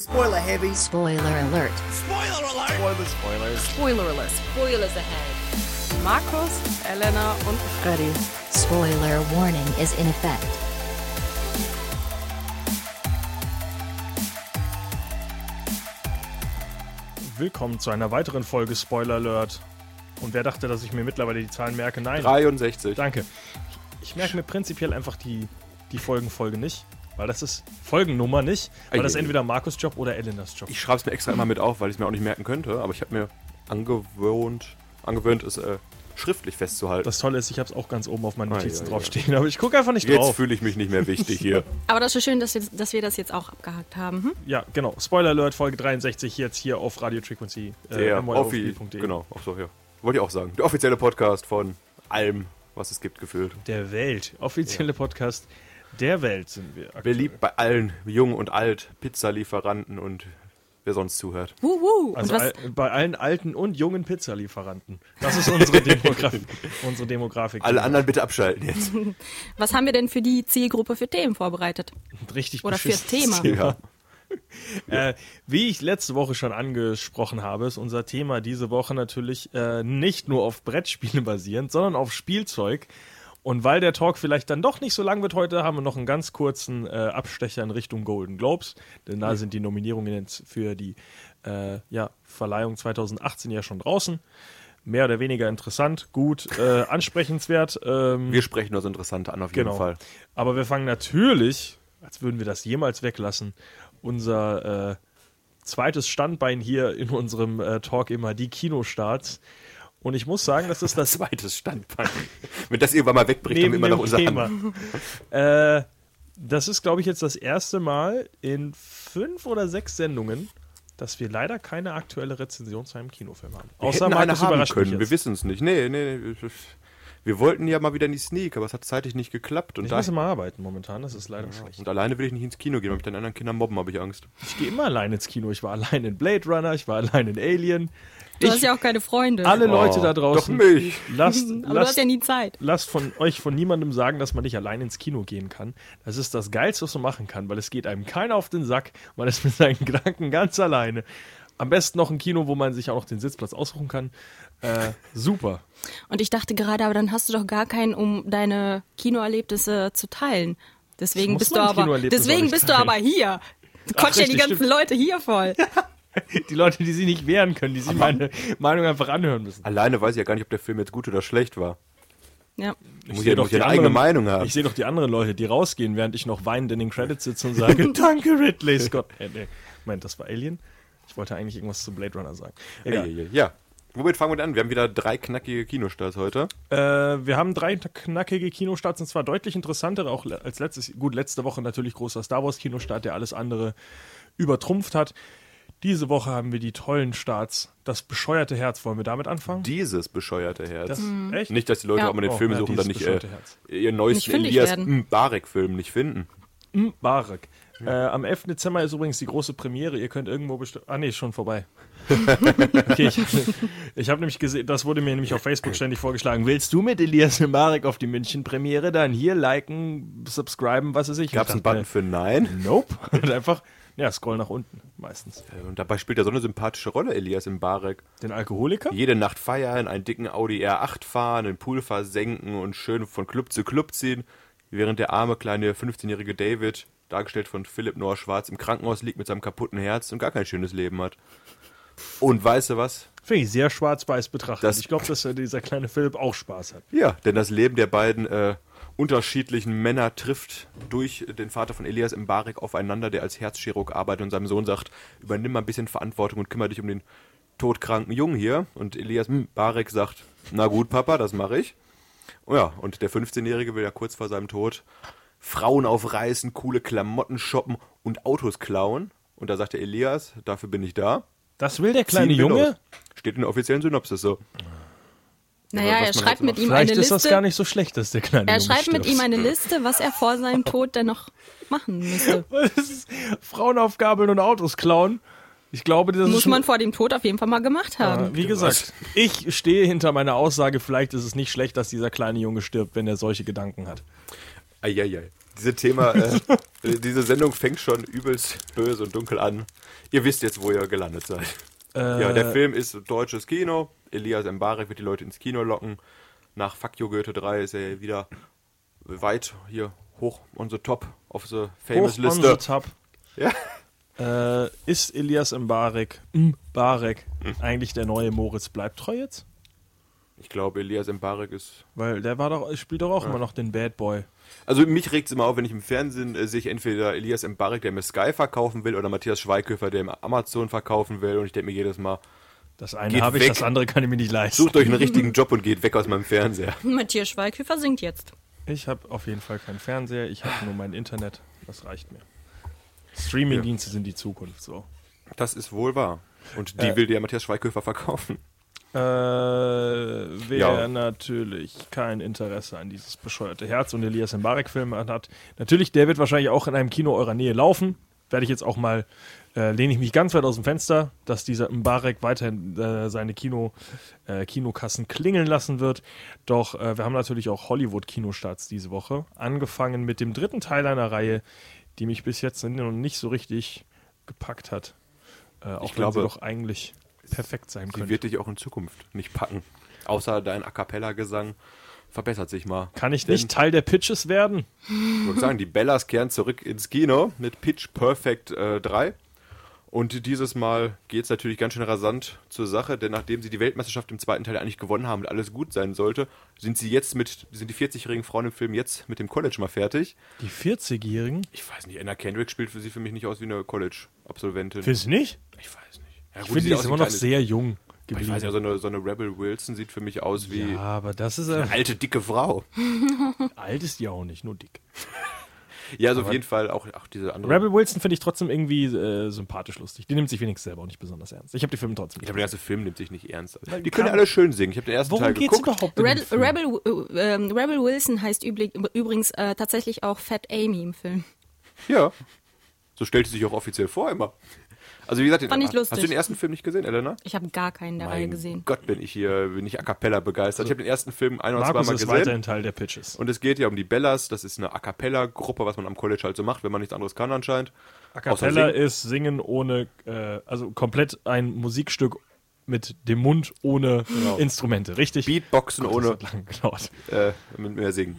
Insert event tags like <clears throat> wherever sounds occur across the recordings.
Spoiler heavy. Spoiler alert. Spoiler alert. Spoilers. Spoilers. Spoiler alert. Spoilers ahead. Markus, Elena und Freddy. Spoiler warning is in effect. Willkommen zu einer weiteren Folge Spoiler Alert. Und wer dachte, dass ich mir mittlerweile die Zahlen merke? Nein. 63. Danke. Ich, ich merke mir prinzipiell einfach die, die Folgenfolge nicht. Weil das ist Folgennummer nicht, weil das ist entweder Markus Job oder Elenas Job. Ich schreibe es mir extra immer mit auf, weil ich es mir auch nicht merken könnte, aber ich habe mir angewöhnt, angewöhnt es äh, schriftlich festzuhalten. Das Tolle ist, ich habe es auch ganz oben auf meinen Notizen ah, ja, draufstehen, aber ich gucke einfach nicht jetzt drauf. Jetzt fühle ich mich nicht mehr <laughs> wichtig hier. aber das ist schön, dass wir, dass wir das jetzt auch abgehakt haben. Hm? Ja, genau. Spoiler Alert Folge 63 jetzt hier auf Radio Frequency. Äh, ja, offi, E. genau. Ach so, ja. Wollte ich auch sagen. Der offizielle Podcast von allem, was es gibt, gefühlt. Der Welt. Offizielle ja. Podcast der Welt sind wir. Aktuell. Beliebt bei allen, jung und alt, Pizzalieferanten und wer sonst zuhört. Wuhu. Also al bei allen alten und jungen Pizzalieferanten. Das ist <laughs> unsere Demografik. unsere Demografik Alle anderen bitte abschalten <laughs> jetzt. Was haben wir denn für die Zielgruppe für Themen vorbereitet? Richtig Oder fürs Thema. Ja. Ja. <laughs> Äh, wie ich letzte Woche schon angesprochen habe, ist unser Thema diese Woche natürlich äh, nicht nur auf Brettspiele basierend, sondern auf Spielzeug. Und weil der Talk vielleicht dann doch nicht so lang wird heute, haben wir noch einen ganz kurzen äh, Abstecher in Richtung Golden Globes. Denn da sind die Nominierungen für die äh, ja, Verleihung 2018 ja schon draußen. Mehr oder weniger interessant, gut, äh, ansprechenswert. Ähm, wir sprechen das Interessante an, auf jeden genau. Fall. Aber wir fangen natürlich, als würden wir das jemals weglassen, unser äh, zweites Standbein hier in unserem äh, Talk immer, die Kinostarts. Und ich muss sagen, das ist <laughs> das zweite Standbein. Wenn das irgendwann mal wegbricht, dann immer noch unser Thema. <laughs> Äh, das ist, glaube ich, jetzt das erste Mal in fünf oder sechs Sendungen, dass wir leider keine aktuelle Rezension zu einem Kinofilm haben. Wir Außer Markus haben überrascht können. Wir wissen es nicht. Nee, nee, nee. Wir wollten ja mal wieder in die Sneak, aber es hat zeitlich nicht geklappt. Und ich muss immer arbeiten momentan, das ist leider ja, schlecht. Und alleine will ich nicht ins Kino gehen, weil mich dann anderen Kindern mobben, habe ich Angst. Ich gehe immer alleine ins Kino. Ich war allein in Blade Runner, ich war allein in Alien. Du ich, hast ja auch keine Freunde. Alle Leute oh, da draußen. Doch mich. Lasst, <laughs> Aber lasst, du hast ja nie Zeit. Lasst von euch von niemandem sagen, dass man nicht allein ins Kino gehen kann. Das ist das Geilste, was man machen kann, weil es geht einem keiner auf den Sack. Man ist mit seinen <laughs> Gedanken ganz alleine. Am besten noch ein Kino, wo man sich auch noch den Sitzplatz aussuchen kann. Äh, super. Und ich dachte gerade, aber dann hast du doch gar keinen, um deine Kinoerlebnisse zu teilen. Deswegen bist du aber, deswegen bist teilen. du aber hier. Du Ach, kotzt ja die ganzen stimmt. Leute hier voll. <laughs> Die Leute, die sie nicht wehren können, die sie aber meine Meinung einfach anhören müssen. Alleine weiß ich ja gar nicht, ob der Film jetzt gut oder schlecht war. Ja. Ich muss ja doch die eigene Meinung haben. Ich sehe doch die anderen Leute, die rausgehen, während ich noch weinend in den Credits sitze und <laughs> sage, danke Ridley Scott. Äh, nee. Moment, das war Alien? Ich wollte eigentlich irgendwas zu Blade Runner sagen. Egal. Hey, hey, ja. Womit fangen wir an? Wir haben wieder drei knackige Kinostarts heute. Äh, wir haben drei knackige Kinostarts und zwar deutlich interessantere, auch als letztes, gut, letzte Woche natürlich großer Star Wars Kinostart, der alles andere übertrumpft hat. Diese Woche haben wir die tollen Starts. Das bescheuerte Herz, wollen wir damit anfangen? Dieses bescheuerte Herz. Das, mhm. echt? Nicht, dass die Leute ja. auch mal den Film oh, suchen ja, und dann nicht äh, ihr neuesten Elias Mbarek-Film nicht finden. Mbarek. Ja. Äh, am 11. Dezember ist übrigens die große Premiere. Ihr könnt irgendwo bestellen. Ah, nee, schon <laughs> vorbei. okay, ich, ich habe nämlich gesehen, das wurde mir nämlich auf Facebook ständig vorgeschlagen. Willst du mit Elias Marek auf die München-Premiere? Dann hier liken, subscriben, was weiß ich. Gab es einen Button für Nein? Nope. <laughs> Und einfach, ja, scroll nach unten meistens. Äh, Und dabei spielt er so eine sympathische Rolle, Elias im Barek. Den Alkoholiker? Jede Nacht feiern, einen dicken Audi R8 fahren, den Pool versenken und schön von Club zu Club ziehen, während der arme kleine 15-jährige David dargestellt von Philipp Noah Schwarz, im Krankenhaus liegt mit seinem kaputten Herz und gar kein schönes Leben hat. Und weißt du was? Finde ich sehr schwarz-weiß betrachtet. Das ich glaube, dass dieser kleine Philipp auch Spaß hat. Ja, denn das Leben der beiden äh, unterschiedlichen Männer trifft durch den Vater von Elias Mbarek aufeinander, der als Herzchirurg arbeitet und seinem Sohn sagt, übernimm mal ein bisschen Verantwortung und kümmere dich um den todkranken Jungen hier. Und Elias Mbarek sagt, na gut, Papa, das mache ich. Oh ja, und der 15-Jährige will ja kurz vor seinem Tod Frauen aufreißen, coole Klamotten shoppen und Autos klauen. Und da sagt der Elias, dafür bin ich da. Das will der kleine Junge? Los. Steht in der offiziellen Synopsis so. Naja, er schreibt mit ihm Vielleicht eine Liste. ist das gar nicht so schlecht, dass der kleine Er Junge schreibt stirbt. mit ihm eine Liste, was er vor seinem Tod dann noch <laughs> machen müsste. Frauen aufgabeln und Autos klauen. Ich glaube, das muss man vor dem Tod auf jeden Fall mal gemacht haben. Ja, Genau. wie gesagt, ich stehe hinter meiner Aussage. Vielleicht ist es nicht schlecht, dass dieser kleine Junge stirbt, wenn er solche Gedanken hat. Eieiei. Diese <laughs> Thema, äh, diese Sendung fängt schon übelst böse und dunkel an. Ihr wisst jetzt, wo ihr gelandet seid. ja, Äh. der Film ist deutsches Kino. Elias Mbarek wird die Leute ins Kino locken. Nach Fuck You Goethe 3 ist er wieder weit hier hoch on the top auf the famous Hoch on the Liste. top. Ja. Äh, ist Elias Mbarek, Mbarek eigentlich der neue Moritz bleibt treu jetzt? Ich glaube, Elias Mbarek ist Weil der war doch, spielt doch auch immer noch den Bad Boy. Also mich regt es immer auf, wenn ich im Fernsehen äh, sehe ich entweder Elias Mbarek, der mir Sky verkaufen will, oder Matthias Schweighöfer, der mir Amazon verkaufen will. Und ich denke mir jedes Mal, Das eine Geht habe ich, weg. das andere kann ich mir nicht leisten. sucht euch einen richtigen Job und geht weg aus meinem Fernseher. Matthias Schweighöfer singt jetzt. Ich habe auf jeden Fall keinen Fernseher, ich Ah. habe nur mein Internet. Das reicht mir. Streamingdienste sind die Zukunft so. Das ist wohl wahr. Und die will dir Matthias Schweighöfer verkaufen. Äh, wer Ja. natürlich kein Interesse an dieses bescheuerte Herz und Elias Mbarek-Film hat, natürlich, der wird wahrscheinlich auch in einem Kino eurer Nähe laufen. Werde ich jetzt auch mal, äh, lehne ich mich ganz weit aus dem Fenster, dass dieser Mbarek weiterhin äh, seine Kino, äh, Kinokassen klingeln lassen wird. Doch äh, wir haben natürlich auch Hollywood-Kinostarts diese Woche. Angefangen mit dem dritten Teil einer Reihe, die mich bis jetzt noch nicht so richtig gepackt hat. Äh, auch wenn glaube, sie doch eigentlich perfekt sein Die könnte. wird dich auch in Zukunft nicht packen. Außer dein A Cappella-Gesang verbessert sich mal. Kann ich Denn, nicht Teil der Pitches werden? Ich würde sagen, die Bellas kehren zurück ins Kino mit Pitch Perfect äh, 3. Und dieses Mal geht es natürlich ganz schön rasant zur Sache, denn nachdem sie die Weltmeisterschaft im zweiten Teil eigentlich gewonnen haben und alles gut sein sollte, sind sie jetzt mit, sind die 40-jährigen Frauen im Film jetzt mit dem College mal fertig. Die 40-Jährigen? Ich weiß nicht, Anna Kendrick spielt für sie für mich nicht aus wie eine College-Absolventin. Findest du nicht? Ich weiß nicht. Ja, Ich finde, sie die sieht ist aus wie immer ein noch kleines- sehr jung Aber Ich geblieben. weiß ja, so eine, so eine Rebel Wilson sieht für mich aus wie ja, aber das ist eine äh, alte, dicke Frau. alt ist die auch nicht, nur dick. Ja, also auf jeden Fall auch, auch diese andere. <laughs> Rebel Wilson finde ich trotzdem irgendwie äh, sympathisch lustig. Die nimmt sich wenigstens selber auch nicht besonders ernst. Ich habe die Filme trotzdem. Ich habe den ganzen Film nimmt sich nicht ernst. Weil Die können kann- alle schön singen. Ich habe den ersten Worum Teil geht's geguckt. überhaupt? in dem Rebel, Film? Rebel, äh, ähm, Rebel Wilson heißt üblich, übrigens äh, tatsächlich auch Fat Amy im Film. Ja. So stellt sie sich auch offiziell vor immer. Also wie gesagt, den, Fand ich hast du lustig. den ersten Film nicht gesehen, Elena? Ich habe gar keinen der Reihe Mein gesehen. Gott, bin ich hier, bin ich a cappella begeistert. Ich habe den ersten Film ein oder Also Markus zweimal ist gesehen. weiterhin Teil der Pitches. Und es geht ja um die Bellas. Das ist eine a cappella Gruppe, was man am College halt so macht, wenn man nichts anderes kann anscheinend. A Außer Cappella singen. ist Singen ohne, äh, also komplett ein Musikstück mit dem Mund ohne Instrumente, richtig? Genau. Beatboxen Gott, ohne Das hat lange gedauert. äh, mit mehr singen.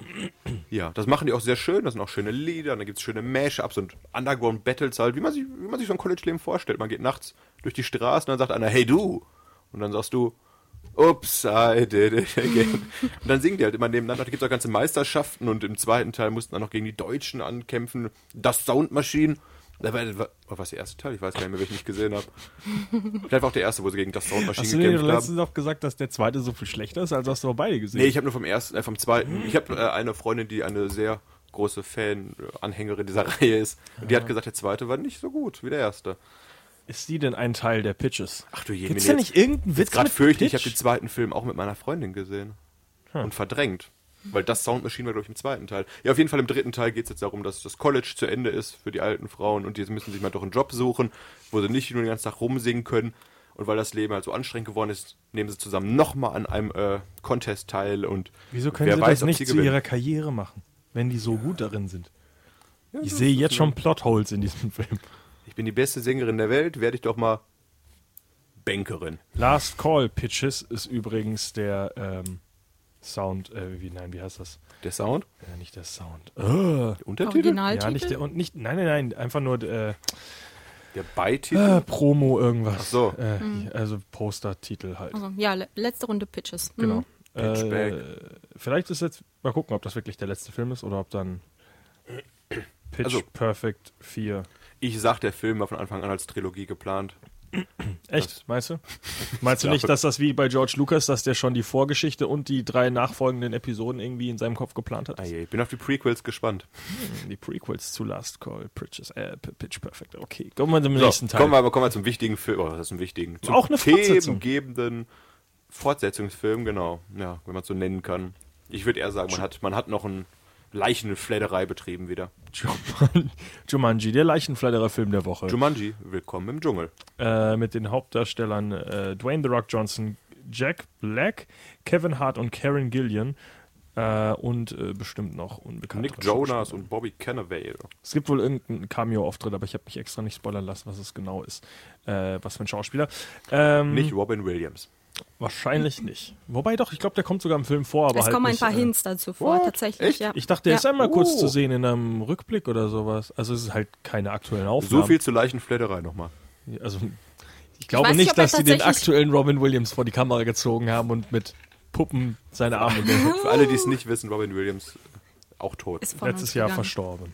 Ja, das machen die auch sehr schön. Das sind auch schöne Lieder. Und da gibt's schöne Mashups und Underground-Battles halt, wie man, sich, wie man sich so ein College-Leben vorstellt. Man geht nachts durch die Straßen und dann sagt einer, hey du! Und dann sagst du, ups, I did it again. Und dann singen die halt immer nebeneinander. Da gibt's auch ganze Meisterschaften und im zweiten Teil mussten dann noch gegen die Deutschen ankämpfen. Das Soundmaschinen. Da war, war, was der erste Teil? Ich weiß gar nicht mehr, welchen ich gesehen habe. Vielleicht war auch der erste, wo sie gegen das Hast Soundmaschinen du dir gekämpft haben. letztens auch gesagt, dass der zweite so viel schlechter ist, als hast du noch beide gesehen? Nee, ich habe nur vom ersten, äh, vom zweiten. Ich habe äh, eine Freundin, die eine sehr große Fan-Anhängerin dieser <laughs> Reihe ist. Und die hat gesagt, der zweite war nicht so gut wie der erste. Ist die denn ein Teil der Pitches? Ach du Jemine, Gibt's da jetzt- nicht irgendeinen Witz Gerade mit fürchte ich, Pitch? Hm. habe den zweiten Film auch mit meiner Freundin gesehen. Und verdrängt. Weil das Soundmaschine war, glaube ich, im zweiten Teil. Ja, auf jeden Fall im dritten Teil geht es jetzt darum, dass das College zu Ende ist für die alten Frauen und die müssen sich mal doch einen Job suchen, wo sie nicht nur den ganzen Tag rumsingen können. Und weil das Leben halt so anstrengend geworden ist, nehmen sie zusammen nochmal an einem äh, Contest teil und Wieso können wer sie weiß, das ob nicht sie zu gewinnen. ihrer Karriere machen, wenn die so gut darin sind? ich sehe jetzt schon Plotholes in diesem <laughs> Film. Ich bin die beste Sängerin der Welt, werde ich doch mal Bankerin. Last Call Pitches ist übrigens der ähm, Sound, äh, wie, nein, wie heißt das? Der Sound? Äh, nicht der Sound. Äh, Der Untertitel? Originaltitel? ja, nicht der, und nicht, nein, nein, nein, einfach nur äh, Der Beititel? äh, Promo irgendwas. Ach so. Äh, Also Poster-Titel halt. Mhm. also, ja, le letzte Runde Pitches. Mhm. Genau. Pitchback. Äh, vielleicht ist jetzt, mal gucken, ob das wirklich der letzte Film ist oder ob <clears throat> dann Pitch Also- Perfect 4. Ich sag, der Film war von Anfang an als Trilogie geplant. Echt, meinst <laughs> du? Meinst du Ja. nicht, dass das wie bei George Lucas, dass der schon die Vorgeschichte und die drei nachfolgenden Episoden irgendwie in seinem Kopf geplant hat? Ah je, ich bin auf die Prequels gespannt. Die Prequels zu Last Call, Pitches, äh, P- Pitch Perfect. Okay, kommen wir zum So, nächsten Teil. Kommen wir aber kommen wir zum wichtigen Film. Oh, das ist ein wichtigen. Zum Auch eine Fortsetzung. themengebenden Fortsetzungsfilm, genau. Ja, wenn man es so nennen kann. Ich würde eher sagen, man hat, man hat noch ein Leichenfledderei betrieben wieder. Juman- <laughs> Jumanji, der Leichenfledderer-Film der Woche. Jumanji, willkommen im Dschungel. äh, mit den Hauptdarstellern äh, Dwayne The Rock Johnson, Jack Black, Kevin Hart und Karen Gillian. Äh, und äh, bestimmt noch unbekannt. Nick Jonas und Bobby Cannavale. Es gibt wohl irgendeinen Cameo-Auftritt, aber ich habe mich extra nicht spoilern lassen, was es genau ist. Äh, was für ein Schauspieler. Ähm, Nicht Robin Williams. Wahrscheinlich nicht. Wobei doch, ich glaube, der kommt sogar im Film vor. Aber es halt kommen ein nicht, paar äh, Hints dazu vor, what? tatsächlich. Echt? Ja. Ich dachte, der ja. ist einmal kurz Oh. zu sehen in einem Rückblick oder sowas. Also es ist halt keine aktuellen Aufnahmen. So viel zur Leichenflatterei nochmal. Also ich glaube weiß nicht, nicht, ob er dass die den tatsächlich- aktuellen Robin Williams vor die Kamera gezogen haben und mit Puppen seine Arme <laughs> ge- <laughs> Für alle, die es nicht wissen, Robin Williams äh, auch tot. Ist von letztes uns Jahr gegangen. verstorben.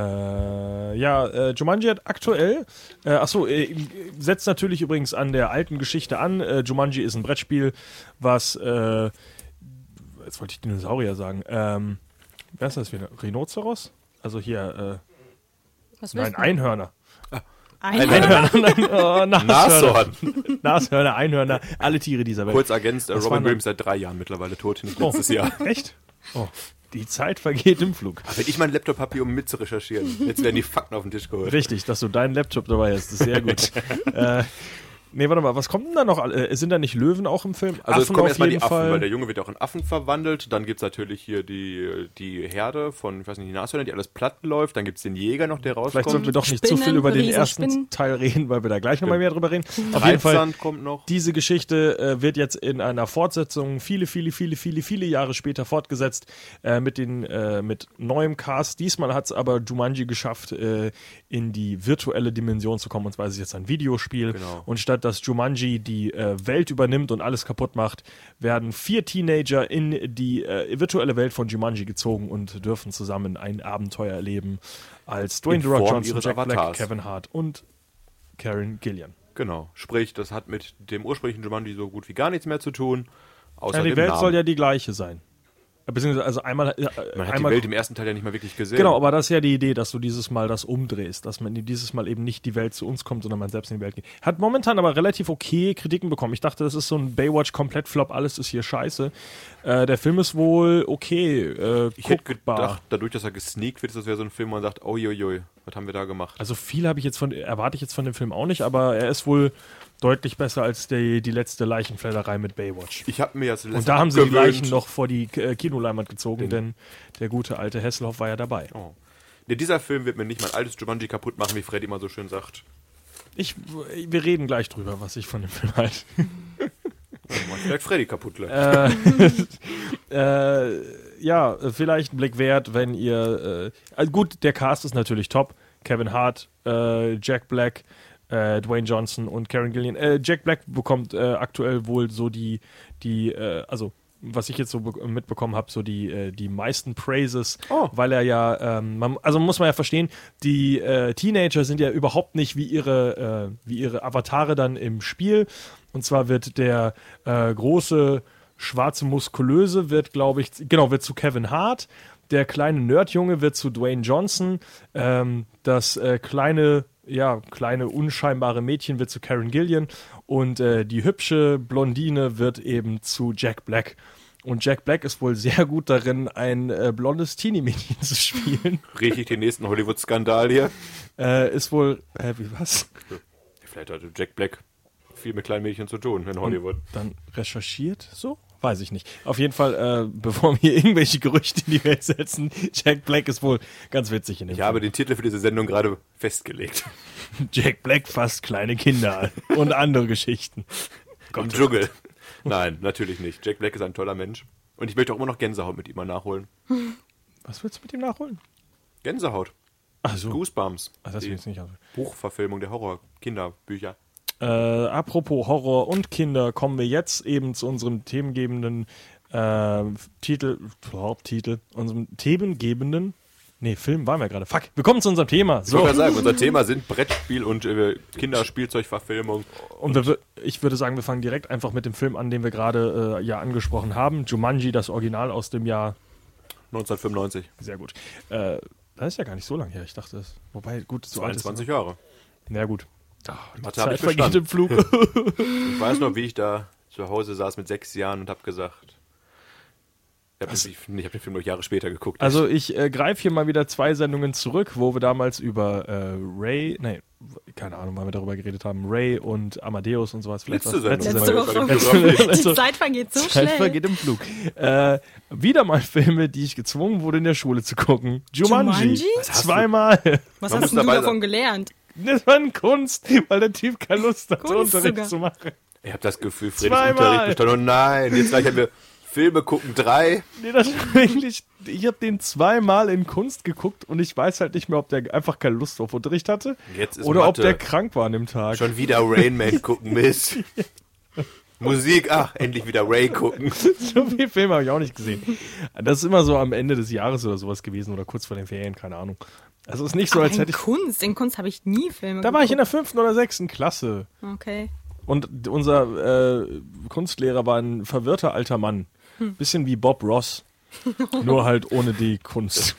Äh, ja, äh, Jumanji hat aktuell, äh, achso, äh, setzt natürlich übrigens an der alten Geschichte an. Äh, Jumanji ist ein Brettspiel, was, äh, jetzt wollte ich Dinosaurier sagen, ähm, wer ist das wieder? Rhinoceros? Also hier, Was äh, nein, willst du? Einhörner. Einhörner. <laughs> Oh, Nashörner. Nashorn. Nashörner, Einhörner, alle Tiere dieser Welt. Kurz ergänzt, äh, Das war Robin ne- Williams seit drei Jahren mittlerweile tot, nicht <laughs> letztes Jahr. Oh. Echt? Oh, die Zeit vergeht im Flug. Wenn ich meinen Laptop habe, hier um mit zu recherchieren, jetzt werden die Fakten auf den Tisch geholt. Richtig, dass du deinen Laptop dabei hast, ist sehr <laughs> gut. äh, nee, warte mal, was kommt denn da noch? all- Äh, sind da nicht Löwen auch im Film? Also es kommen auf erstmal die jeden Affen, Fall. weil der Junge wird auch in Affen verwandelt. Dann gibt's natürlich hier die, die Herde von, ich weiß nicht, die Nashörner, die alles platt läuft. Dann gibt's den Jäger noch, der rauskommt. Vielleicht sollten wir doch nicht zu viel Spinnen, über den ersten Riesenspinnen. Teil reden, weil wir da gleich nochmal mehr drüber reden. Auf jeden Fall, Treibsand kommt noch. diese Geschichte äh, wird jetzt in einer Fortsetzung viele, viele, viele, viele, viele Jahre später fortgesetzt äh, mit, den, äh, mit neuem Cast. Diesmal hat es aber Jumanji geschafft, äh, in die virtuelle Dimension zu kommen. Und zwar ist es jetzt ein Videospiel. Genau. Und statt dass Jumanji die äh, Welt übernimmt und alles kaputt macht, werden vier Teenager in die äh, virtuelle Welt von Jumanji gezogen und dürfen zusammen ein Abenteuer erleben als Dwayne In The Rock Form Johnson, ihres Jack Black, Avatars. Kevin Hart und Karen Gillian. Genau. Sprich, das hat mit dem ursprünglichen Jumanji so gut wie gar nichts mehr zu tun. Außer Ja, dem die Welt Namen. soll ja die gleiche sein. Äh, Beziehungsweise, also einmal. äh, Man hat die einmal Welt im ersten Teil ja nicht mal wirklich gesehen. genau, aber das ist ja die Idee, dass du dieses Mal das umdrehst, dass man dieses Mal eben nicht die Welt zu uns kommt, sondern man selbst in die Welt geht. Hat momentan aber relativ okay Kritiken bekommen. Ich dachte, das ist so ein Baywatch-Komplett-Flop, alles ist hier scheiße. Äh, der Film ist wohl okay. Äh, ich hätte guckbar. gedacht, dadurch, dass er gesneakt wird, ist das wäre so ein Film, wo man sagt, oioioi, was haben wir da gemacht? Also viel habe ich jetzt von, erwarte ich jetzt von dem Film auch nicht, aber er ist wohl deutlich besser als die, die letzte Leichenfledderei mit Baywatch. Ich habe mir jetzt Und da haben sie die Leichen noch vor die äh, Kinoleinwand gezogen, denn der gute alte Hesselhoff war ja dabei. Oh. Nee, dieser Film wird mir nicht mein altes Jumanji kaputt machen, wie Freddy immer so schön sagt. Ich, wir reden gleich drüber, was ich von dem Film halte. Man vielleicht Freddy kaputt läuft. äh, ja, vielleicht ein Blick wert, wenn ihr. Äh, also gut, der Cast ist natürlich top. Kevin Hart, äh, Jack Black, äh, Dwayne Johnson und Karen Gillian. Äh, Jack Black bekommt äh, aktuell wohl so die, die äh, also was ich jetzt so be- mitbekommen habe, so die, äh, die meisten Praises, Oh. weil er ja, ähm, man, also muss man ja verstehen, die äh, Teenager sind ja überhaupt nicht wie ihre, äh, wie ihre Avatare dann im Spiel. Und zwar wird der äh, große schwarze Muskulöse wird, glaube ich, z- genau, wird zu Kevin Hart. Der kleine Nerdjunge wird zu Dwayne Johnson. Ähm, das äh, kleine, ja, kleine unscheinbare Mädchen wird zu Karen Gillian. Und äh, die hübsche Blondine wird eben zu Jack Black. Und Jack Black ist wohl sehr gut darin, ein äh, blondes Teenie-Mädchen <laughs> zu spielen. Richtig den nächsten Hollywood-Skandal hier. Äh, ist wohl, äh, wie was? Vielleicht hatte Jack Black viel mit kleinen Mädchen zu tun in Hollywood. dann recherchiert so? Weiß ich nicht. Auf jeden Fall, äh, <laughs> bevor wir hier irgendwelche Gerüchte in die Welt setzen, Jack Black ist wohl ganz witzig in dem Ich habe den Titel für diese Sendung gerade <laughs> festgelegt. Film. <laughs> Jack Black fasst kleine Kinder an und andere Geschichten. Im Dschungel. Nein, natürlich nicht. Jack Black ist ein toller Mensch. Und ich möchte auch immer noch Gänsehaut mit ihm mal nachholen. Was willst du mit ihm nachholen? Gänsehaut. Also, Goosebumps. das will ich Die jetzt nicht. Also. Buchverfilmung der Horror-Kinderbücher. Äh, apropos Horror und Kinder, kommen wir jetzt eben zu unserem themengebenden äh, Titel, Haupttitel, unserem themengebenden, nee, Film waren wir gerade. Fuck, wir kommen zu unserem Thema. Ich So. wollte gerade sagen, unser Thema sind Brettspiel und äh, Kinderspielzeugverfilmung. Und wir, ich würde sagen, wir fangen direkt einfach mit dem Film an, den wir gerade äh, ja angesprochen haben. Jumanji, das Original aus dem Jahr. 1995. Sehr gut. Äh, das ist ja gar nicht so lange her, ich dachte es. Wobei, gut, so alt ist- 22 Jahre. Na gut. Ach, die Mathe hab Zeit ich vergeht im Flug. <laughs> Ich weiß noch, wie ich da zu Hause saß mit sechs Jahren und habe gesagt, Ich habe den, ich hab den Film noch Jahre später geguckt. Also ich äh, greife hier mal wieder zwei Sendungen zurück, wo wir damals über äh, Ray, nee, keine Ahnung, wann wir darüber geredet haben, Ray und Amadeus und sowas. letzte war's- Sendung. Letzte Woche. Bei dem Letzte- Programm. letzte- Die Zeit vergeht so Zeit schnell. vergeht im Flug. Äh, wieder mal Filme, die ich gezwungen wurde, in der Schule zu gucken. Jumanji. Jumanji? hast du- Zweimal. Was Man muss hast denn du dabei davon sein. gelernt? Das war eine Kunst, weil der Typ keine Lust hatte, Kunst Unterricht sogar. zu machen. Ich habe das Gefühl, Fredis Zweimal. Unterricht bestand. Oh nein, jetzt gleich haben wir Filme gucken drei. Nee, das war eigentlich, ich habe den zweimal in Kunst geguckt und ich weiß halt nicht mehr, ob der einfach keine Lust auf Unterricht hatte Jetzt ist oder ob Mathe. der krank war an dem Tag. Schon wieder Rain <laughs> Man gucken, Mist. Musik, ach, endlich wieder Ray gucken. <laughs> So viele Filme habe ich auch nicht gesehen. Das ist immer so am Ende des Jahres oder sowas gewesen oder kurz vor den Ferien, keine Ahnung. Also es ist nicht so, Aber als in hätte ich. Kunst, in Kunst habe ich nie Filme Da war ich in geguckt. der fünften oder sechsten Klasse. Okay. Und unser äh, Kunstlehrer war ein verwirrter alter Mann. Bisschen wie Bob Ross. Nur halt ohne die <laughs> Kunst.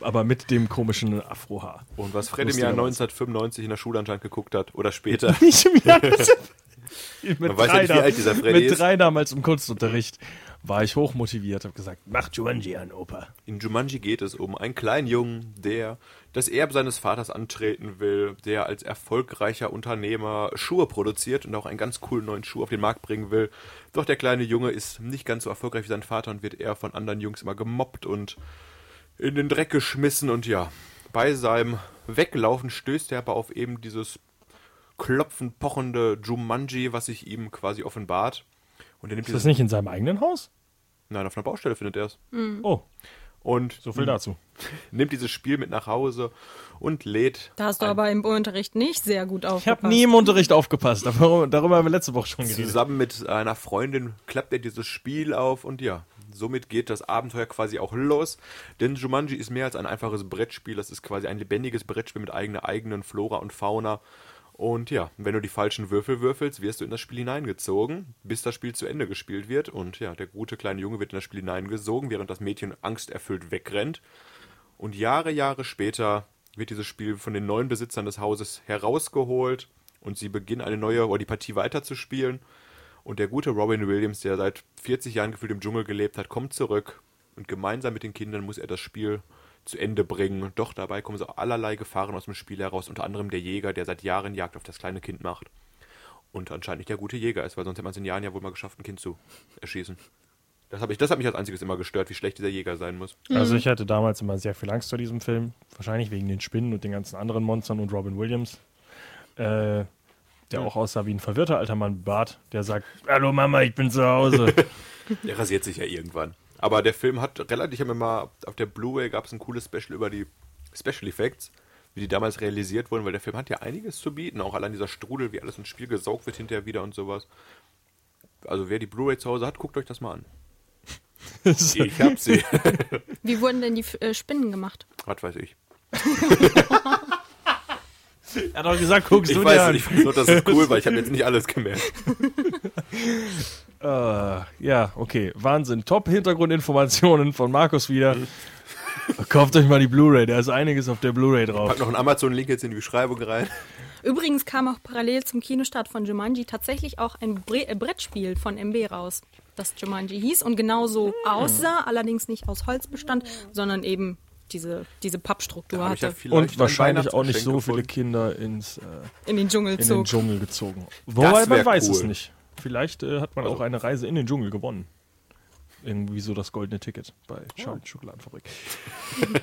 Aber mit dem komischen Afrohaar. <laughs> Und was Fred im Lustiger Jahr Mann. 1995 in der Schule anscheinend geguckt hat, oder später. Nicht im Jahr. mit Man weiß ja nicht, wie dam- alt dieser Freddy Mit ist. drei damals im Kunstunterricht war ich hochmotiviert, habe gesagt, mach Jumanji an, Opa. In Jumanji geht es um einen kleinen Jungen, der das Erbe seines Vaters antreten will, der als erfolgreicher Unternehmer Schuhe produziert und auch einen ganz coolen neuen Schuh auf den Markt bringen will. Doch der kleine Junge ist nicht ganz so erfolgreich wie sein Vater und wird eher von anderen Jungs immer gemobbt und in den Dreck geschmissen. Und ja, bei seinem Weglaufen stößt er aber auf eben dieses klopfend pochende Jumanji, was sich ihm quasi offenbart. Und er nimmt Ist das dieses... nicht in seinem eigenen Haus? Nein, auf einer Baustelle findet er es. Oh, Und so viel dazu. nimmt dieses Spiel mit nach Hause und lädt. Da hast du aber im Unterricht nicht sehr gut aufgepasst. Ich habe nie im Unterricht aufgepasst. Darüber, darüber haben wir letzte Woche schon geredet. Zusammen mit einer Freundin klappt er dieses Spiel auf und ja, somit geht das Abenteuer quasi auch los. Denn Jumanji ist mehr als ein einfaches Brettspiel, das ist quasi ein lebendiges Brettspiel mit eigener eigenen Flora und Fauna. Und ja, wenn du die falschen Würfel würfelst, wirst du in das Spiel hineingezogen, bis das Spiel zu Ende gespielt wird. Und ja, der gute kleine Junge wird in das Spiel hineingesogen, während das Mädchen angsterfüllt wegrennt. Und Jahre, Jahre später wird dieses Spiel von den neuen Besitzern des Hauses herausgeholt und sie beginnen eine neue oder die Partie weiterzuspielen. Und der gute Robin Williams, der seit 40 Jahren gefühlt im Dschungel gelebt hat, kommt zurück und gemeinsam mit den Kindern muss er das Spiel zu Ende bringen. Doch dabei kommen so allerlei Gefahren aus dem Spiel heraus, unter anderem der Jäger, der seit Jahren Jagd auf das kleine Kind macht. Und anscheinend nicht der gute Jäger ist, weil sonst hätte man es in Jahren ja wohl mal geschafft, ein Kind zu erschießen. Das, hab ich, das hat mich als einziges immer gestört, wie schlecht dieser Jäger sein muss. Also ich hatte damals immer sehr viel Angst vor diesem Film. Wahrscheinlich wegen den Spinnen und den ganzen anderen Monstern und Robin Williams. Äh, der auch aussah wie ein verwirrter alter Mann mit Bart, der sagt, hallo Mama, ich bin zu <laughs> Hause. Der rasiert sich ja irgendwann. Aber der Film hat relativ, ich habe mir mal auf der Blu-ray gab es ein cooles Special über die Special Effects, wie die damals realisiert wurden, weil der Film hat ja einiges zu bieten, auch allein dieser Strudel, wie alles ins Spiel gesaugt wird hinterher wieder und sowas. Also wer die Blu-ray zu Hause hat, guckt euch das mal an. <laughs> Ich hab sie. Wie wurden denn die äh, Spinnen gemacht? Was weiß ich. er hat auch gesagt, guckst Ich du weiß, dir ich weiß nur, das ist cool, weil ich habe jetzt nicht <laughs> alles gemerkt. an. Äh, ja, okay, Wahnsinn. Top Hintergrundinformationen von Markus <laughs> wieder. Kauft euch mal die Blu-ray, da ist einiges auf der Blu-ray Pack drauf. noch einen Amazon-Link jetzt in die Beschreibung rein. Übrigens kam auch parallel zum Kinostart von Jumanji tatsächlich auch ein Bre äh, Brettspiel von MB raus, das Jumanji hieß und Hm. genauso aussah, allerdings nicht aus Holz bestand, sondern eben diese, diese Pappstruktur Hab ich ja hatte, vielleicht Und ein wahrscheinlich auch nicht Weihnachtsgeschenk so viele gefunden. Kinder ins, äh, in den Dschungel in den zog. Dschungel gezogen. Wobei man wär weiß es cool. Also nicht. Vielleicht äh, hat man auch eine Reise in den Dschungel gewonnen. Irgendwie so das goldene Ticket bei Charlie <laughs> Schokoladenfabrik. äh,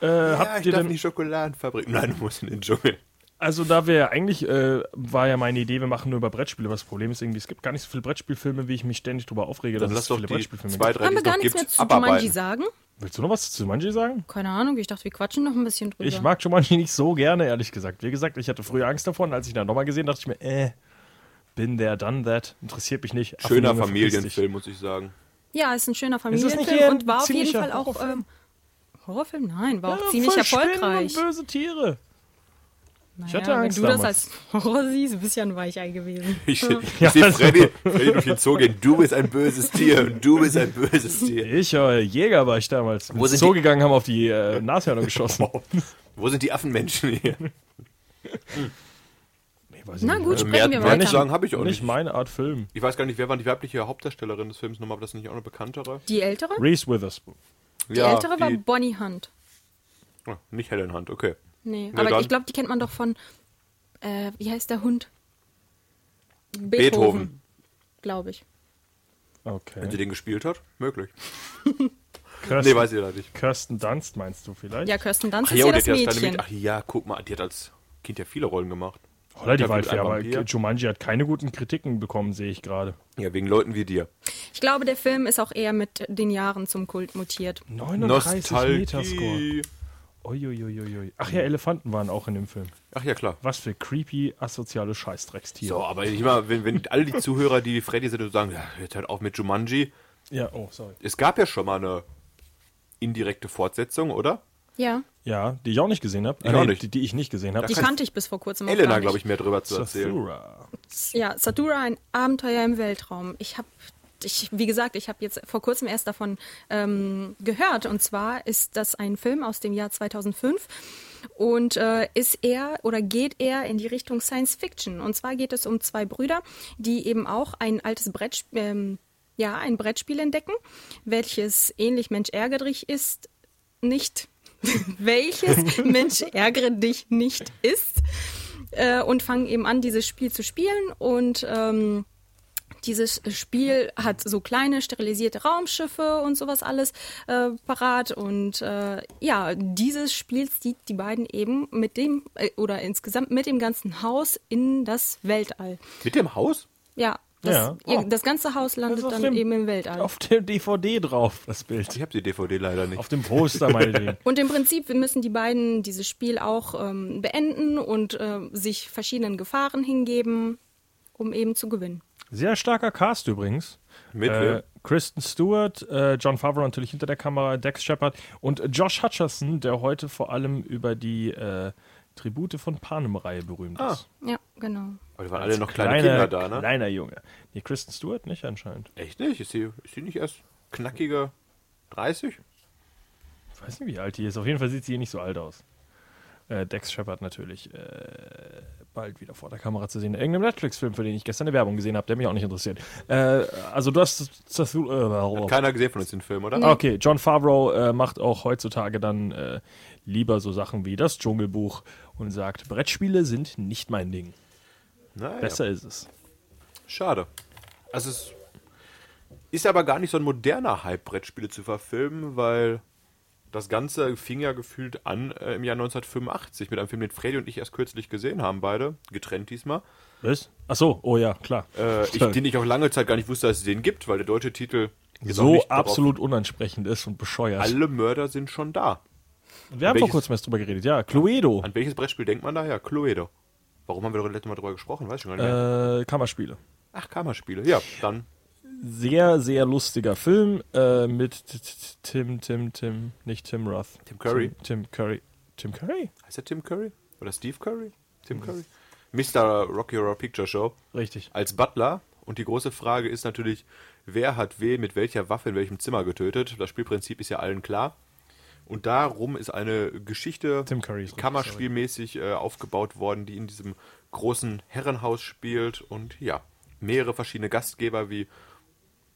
Oh. Ja, habt ich ihr darf denn, in die Schokoladenfabrik. Nein, du musst in den Dschungel. also da wir ja eigentlich, äh, war ja meine Idee, wir machen nur über Brettspiele. Was das Problem ist irgendwie, es gibt gar nicht so viele Brettspielfilme, wie ich mich ständig drüber aufrege, Dann dass lass es so doch viele die Brettspielfilme zwei, gibt. drei, Haben die wir es noch gar nichts mehr gibt, zu Jumanji abarbeiten. sagen? Willst du noch was zu Jumanji sagen? Keine Ahnung, ich dachte, wir quatschen noch ein bisschen drüber. Ich mag Jumanji nicht so gerne, ehrlich gesagt. Wie gesagt, ich hatte früher Angst davon. Als ich ihn dann nochmal gesehen dachte ich mir, äh, bin there, done that. Interessiert mich nicht. Schöner Affenjunge, verpiss dich. Familienfilm, muss ich sagen. ja, ist ein schöner nicht Familienfilm eher ein und war auf jeden ziemlicher Fall auch Horrorfilm? ähm, Horrorfilm. Nein, war auch Ja, ziemlich voll Spinnen erfolgreich. Und böse Tiere. Naja, hatte Angst wenn du damals. das als Horror siehst, bist du ja ein Weichei gewesen. <laughs> Ich, ich Ja, sehe also- Freddy, Freddy durch den Zoo gehen. Du bist ein böses Tier und du bist ein böses Tier. Ich, äh, Jäger war ich damals. Wo sind Zoo die- gegangen, haben auf die äh, <laughs> Nashörner geschossen. Wo sind die Affenmenschen hier? nee, weiß ich Na nicht. gut, Ähm, sprechen wir Mehr nicht weiter. sagen, habe ich auch nicht nicht. meine Art Film. Ich weiß gar nicht, wer war die weibliche Hauptdarstellerin des Films nochmal, war das nicht auch eine bekanntere? Die ältere? Reese Witherspoon. Die ältere war Bonnie Hunt. Ah, nicht Helen Hunt, okay. Nee, Na aber dann. ich glaube, die kennt man doch von, äh, wie heißt der Hund? Beethoven. Beethoven. Glaube ich. Wenn sie Okay. den gespielt hat, möglich. Kirsten, Nee, weiß ich leider nicht. Kirsten Dunst meinst du vielleicht? Ja, Kirsten Dunst Ach ist ja, ja und das die hat ja das kleine Mädchen. Mädchen. Ach ja, guck mal, die hat als Kind ja viele Rollen gemacht. Holla die Da wird Waldfee, ein aber Vampir. Jumanji hat keine guten Kritiken bekommen, sehe ich gerade. Ja, wegen Leuten wie dir. Ich glaube, der Film ist auch eher mit den Jahren zum Kult mutiert. 39 Metascore. Nostalgie. Uiuiuiui. Ach ja, Elefanten waren auch in dem Film. Ach ja, klar. Was für creepy, asoziale Scheißdreckstiere. So, aber ich mal, wenn, wenn alle die Zuhörer, die Freddy sind, sagen, ja, jetzt hört halt auf mit Jumanji. Ja, oh, sorry. Es gab ja schon mal eine indirekte Fortsetzung, oder? Ja, Ja, die ich auch nicht gesehen habe. Ich auch nicht. Die, die ich nicht gesehen habe. die kannte ich bis vor kurzem auch Elena, gar glaube ich, nicht. mehr drüber zu erzählen. Sathura. Ja, Satura, ein Abenteuer im Weltraum. Ich habe, ich, wie gesagt, ich habe jetzt vor kurzem erst davon ähm, gehört. Und zwar ist das ein Film aus dem Jahr 2005. Und äh, ist er oder geht er in die Richtung Science Fiction? Und zwar geht es um zwei Brüder, die eben auch ein altes Brett, ähm, ja, ein Brettspiel entdecken, welches ähnlich Mensch ärgere dich ist, nicht. <laughs> welches Mensch ärgere dich nicht ist äh, und fangen eben an, dieses Spiel zu spielen. Und ähm, dieses Spiel hat so kleine sterilisierte Raumschiffe und sowas alles äh, parat. Und äh, ja, dieses Spiel zieht die beiden eben mit dem äh, oder insgesamt mit dem ganzen Haus in das Weltall. Mit dem Haus? Ja. Das, Ja. ihr- Oh. das ganze Haus landet auf dann dem- eben im Weltall. Auf der DVD drauf, das Bild. Ich habe die DVD leider nicht. Auf dem Poster, meinetwegen. Und im Prinzip müssen die beiden dieses Spiel auch ähm, beenden und ähm, sich verschiedenen Gefahren hingeben, um eben zu gewinnen. Sehr starker Cast übrigens. Mit äh, wem? Kristen Stewart, äh, John Favreau natürlich hinter der Kamera, Dex Shepard und Josh Hutcherson, der heute vor allem über die äh, Tribute von Panem-Reihe berühmt Ah, ist. Ja, genau. Aber da waren alle noch kleine Kleiner- Kinder da, ne? Kleiner Junge. Nee, Kristen Stewart nicht anscheinend. Echt nicht? Ist sie, ist sie nicht erst knackige 30? Ich weiß nicht, wie alt die ist. Auf jeden Fall sieht sie hier nicht so alt aus. Äh, Dex Shepard natürlich äh, bald wieder vor der Kamera zu sehen. Irgendeinem Netflix-Film, für den ich gestern eine Werbung gesehen habe, der mich auch nicht interessiert. Äh, also du hast... Zathu- äh, Keiner gesehen von uns den Film, oder? Ah, Okay, John Favreau äh, macht auch heutzutage dann äh, lieber so Sachen wie das Dschungelbuch und sagt, Brettspiele sind nicht mein Ding. Naja, Besser ist es. Schade. Also es ist aber gar nicht so ein moderner Hype, Brettspiele zu verfilmen, weil das Ganze fing ja gefühlt an äh, im Jahr 1985 mit einem Film, den Freddy und ich erst kürzlich gesehen haben, beide, getrennt diesmal. Was? Ach so, oh ja, klar. <laughs> Äh, ich, den ich auch lange Zeit gar nicht wusste, dass es den gibt, weil der deutsche Titel ist auch so nicht darauf- absolut unansprechend ist und bescheuert. Alle Mörder sind schon da. Und wir haben vor welches- kurzem erst drüber geredet. Ja, Cluedo, An welches Brettspiel denkt man da? Ja, Cluedo. Warum haben wir doch letztes Mal drüber gesprochen? Weiß ich schon gar nicht. mehr. äh, Kammerspiele. Ach, Kammerspiele. Ja, dann. Sehr, sehr lustiger Film äh, mit T- T- Tim, Tim, Tim, nicht Tim Roth. Tim Curry. Tim, Tim Curry. Tim Curry? Heißt er Tim Curry? Oder Steve Curry? Tim Curry? Mr. Rocky Horror Picture Show. Mhm. Richtig. als Butler. Und die große Frage ist natürlich, wer hat wen mit welcher Waffe in welchem Zimmer getötet? Das Spielprinzip ist ja allen klar. Und darum ist eine Geschichte Tim Curry ist richtig, kammerspielmäßig äh, aufgebaut worden, die in diesem großen Herrenhaus spielt. Und ja, mehrere verschiedene Gastgeber wie,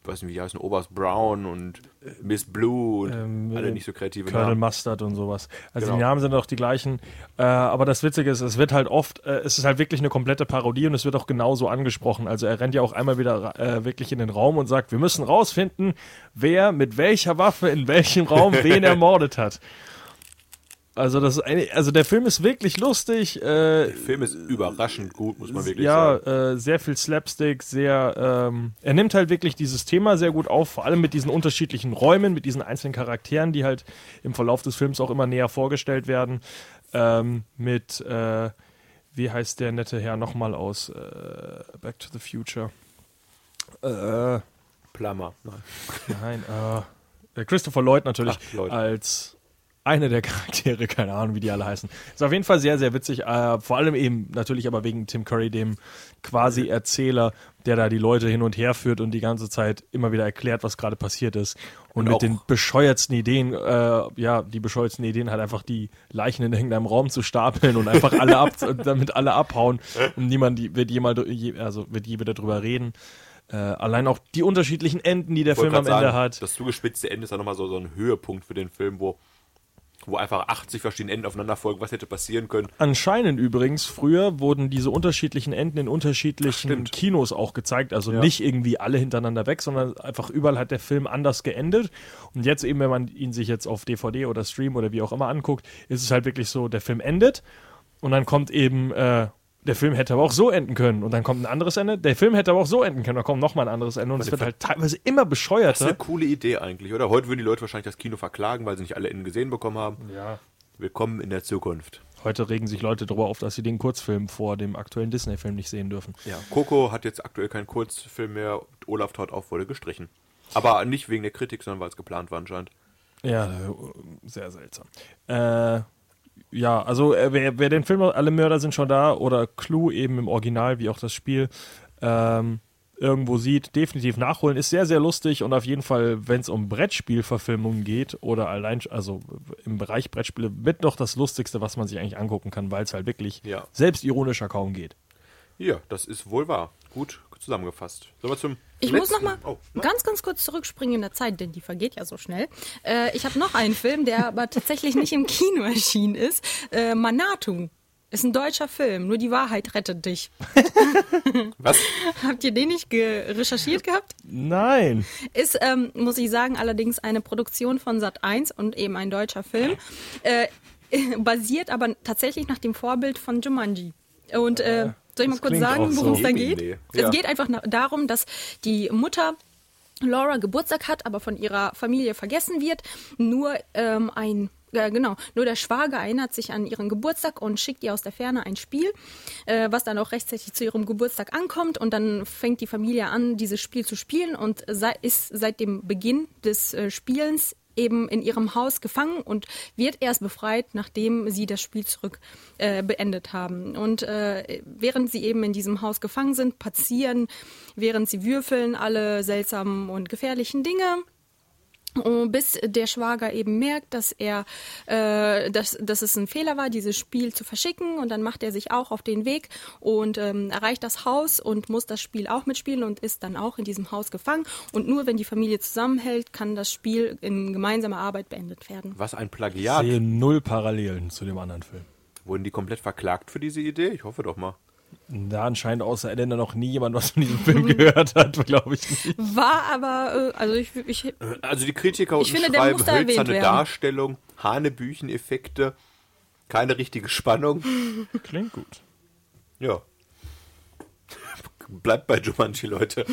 weiß nicht, wie die heißen, Oberst Brown und Miss Blue und alle nicht so kreative Äh, ähm, Colonel Namen. Mustard und sowas. Also Genau. die Namen sind auch die gleichen. Äh, aber das Witzige ist, es wird halt oft, äh, es ist halt wirklich eine komplette Parodie und es wird auch genauso angesprochen. Also er rennt ja auch einmal wieder ra- äh, wirklich in den Raum und sagt, wir müssen rausfinden, wer mit welcher Waffe in welchem <laughs> Raum wen ermordet hat. Also das ist eine, also der Film ist wirklich lustig. Äh, Der Film ist überraschend gut, muss man wirklich ja, äh, sagen. sehr viel Slapstick, sehr. Ähm, er nimmt halt wirklich dieses Thema sehr gut auf, vor allem mit diesen unterschiedlichen Räumen, mit diesen einzelnen Charakteren, die halt im Verlauf des Films auch immer näher vorgestellt werden. Ähm, mit, äh, wie heißt der nette Herr nochmal aus äh, Back to the Future? Äh, Plummer. Nein. nein, äh, Christopher Lloyd natürlich Ach, Lloyd. als einer der <laughs> Charaktere, keine Ahnung, wie die alle heißen. Ist auf jeden Fall sehr, sehr witzig. Äh, vor allem eben natürlich aber wegen Tim Curry, dem quasi Erzähler, der da die Leute hin und her führt und die ganze Zeit immer wieder erklärt, was gerade passiert ist. Und, auch- mit den bescheuertsten Ideen, äh, ja, die bescheuertsten Ideen halt einfach die Leichen in irgendeinem Raum zu stapeln und einfach alle <laughs> ab, damit alle abhauen. Und niemand die- wird jemals, je- also wird je wieder drüber reden. Äh, allein auch die unterschiedlichen Enden, die der Wollte Film am grad Ende sagen, hat. Das zugespitzte Ende ist dann nochmal so, so ein Höhepunkt für den Film, wo, wo einfach 80 verschiedene Enden aufeinander folgen, was hätte passieren können. Anscheinend übrigens, früher wurden diese unterschiedlichen Enden in unterschiedlichen stimmt. Kinos auch gezeigt. Also nicht irgendwie alle hintereinander weg, sondern einfach überall hat der Film anders geendet. Und jetzt eben, wenn man ihn sich jetzt auf DVD oder Stream oder wie auch immer anguckt, ist es halt wirklich so, der Film endet und dann kommt eben, äh, der Film hätte aber auch so enden können und dann kommt ein anderes Ende. Der Film hätte aber auch so enden können, dann kommt nochmal ein anderes Ende und es wird halt teilweise immer Das ist eine bescheuerter. coole Idee eigentlich, oder? Heute würden die Leute wahrscheinlich das Kino verklagen, weil sie nicht alle Enden gesehen bekommen haben. Ja. Willkommen in der Zukunft. Heute regen sich Leute darüber auf, dass sie den Kurzfilm vor dem aktuellen Disney-Film nicht sehen dürfen. Ja, Coco hat jetzt aktuell keinen Kurzfilm mehr. Olaf taut auf, wurde gestrichen. Aber nicht wegen der Kritik, sondern weil es geplant war anscheinend. Ja, äh, sehr seltsam. Äh, ja, also äh, wer, wer den Film Alle Mörder sind schon da oder Clue eben im Original, wie auch das Spiel, ähm, irgendwo sieht, definitiv nachholen. Ist sehr, sehr lustig und auf jeden Fall, wenn es um Brettspielverfilmungen geht oder allein, also im Bereich Brettspiele, mit noch das Lustigste, was man sich eigentlich angucken kann, weil es halt wirklich Ja. selbstironischer kaum geht. Ja, das ist wohl wahr. Gut zusammengefasst. Sollen wir zum Ich muss letzten? noch mal Oh, ganz, ganz kurz zurückspringen in der Zeit, denn die vergeht ja so schnell. Äh, ich habe noch einen Film, der aber tatsächlich nicht im Kino erschienen ist. Äh, Manatu ist ein deutscher Film. Nur die Wahrheit rettet dich. <laughs> was? Habt ihr den nicht ge- recherchiert gehabt? Nein. Ist, ähm, muss ich sagen, allerdings eine Produktion von Sat 1 und eben ein deutscher Film. Äh, <laughs> basiert aber tatsächlich nach dem Vorbild von Jumanji. Und äh, soll ich mal das kurz klingt auch sagen, so. worum es da Nee, geht? nee. Es Ja. geht einfach na- darum, dass die Mutter Laura Geburtstag hat, aber von ihrer Familie vergessen wird. Nur ähm, ein ja, genau, nur der Schwager erinnert sich an ihren Geburtstag und schickt ihr aus der Ferne ein Spiel, äh, was dann auch rechtzeitig zu ihrem Geburtstag ankommt und dann fängt die Familie an, dieses Spiel zu spielen und sei, ist seit dem Beginn des äh, Spielens eben in ihrem Haus gefangen und wird erst befreit, nachdem sie das Spiel zurück äh, beendet haben. Und äh, während sie eben in diesem Haus gefangen sind, passieren, während sie würfeln, alle seltsamen und gefährlichen Dinge. Und bis der Schwager eben merkt, dass er, äh, dass, dass es ein Fehler war, dieses Spiel zu verschicken. Und dann macht er sich auch auf den Weg und ähm, erreicht das Haus und muss das Spiel auch mitspielen und ist dann auch in diesem Haus gefangen. Und nur wenn die Familie zusammenhält, kann das Spiel in gemeinsamer Arbeit beendet werden. Was ein Ich Plagiat. sehe null Parallelen zu dem anderen Film. Wurden die komplett verklagt für diese Idee? Ich hoffe doch mal. Da anscheinend außer Elena noch nie jemand was von diesem Film gehört hat, glaube ich nicht. War aber, äh, also ich, ich Also die Kritiker Ich unten finde, der schreiben muss da erwähnt hölzerne werden. Darstellung, Hanebüchen-Effekte, keine richtige Spannung. Klingt gut. Ja. <laughs> Bleibt bei Jumanji, Leute.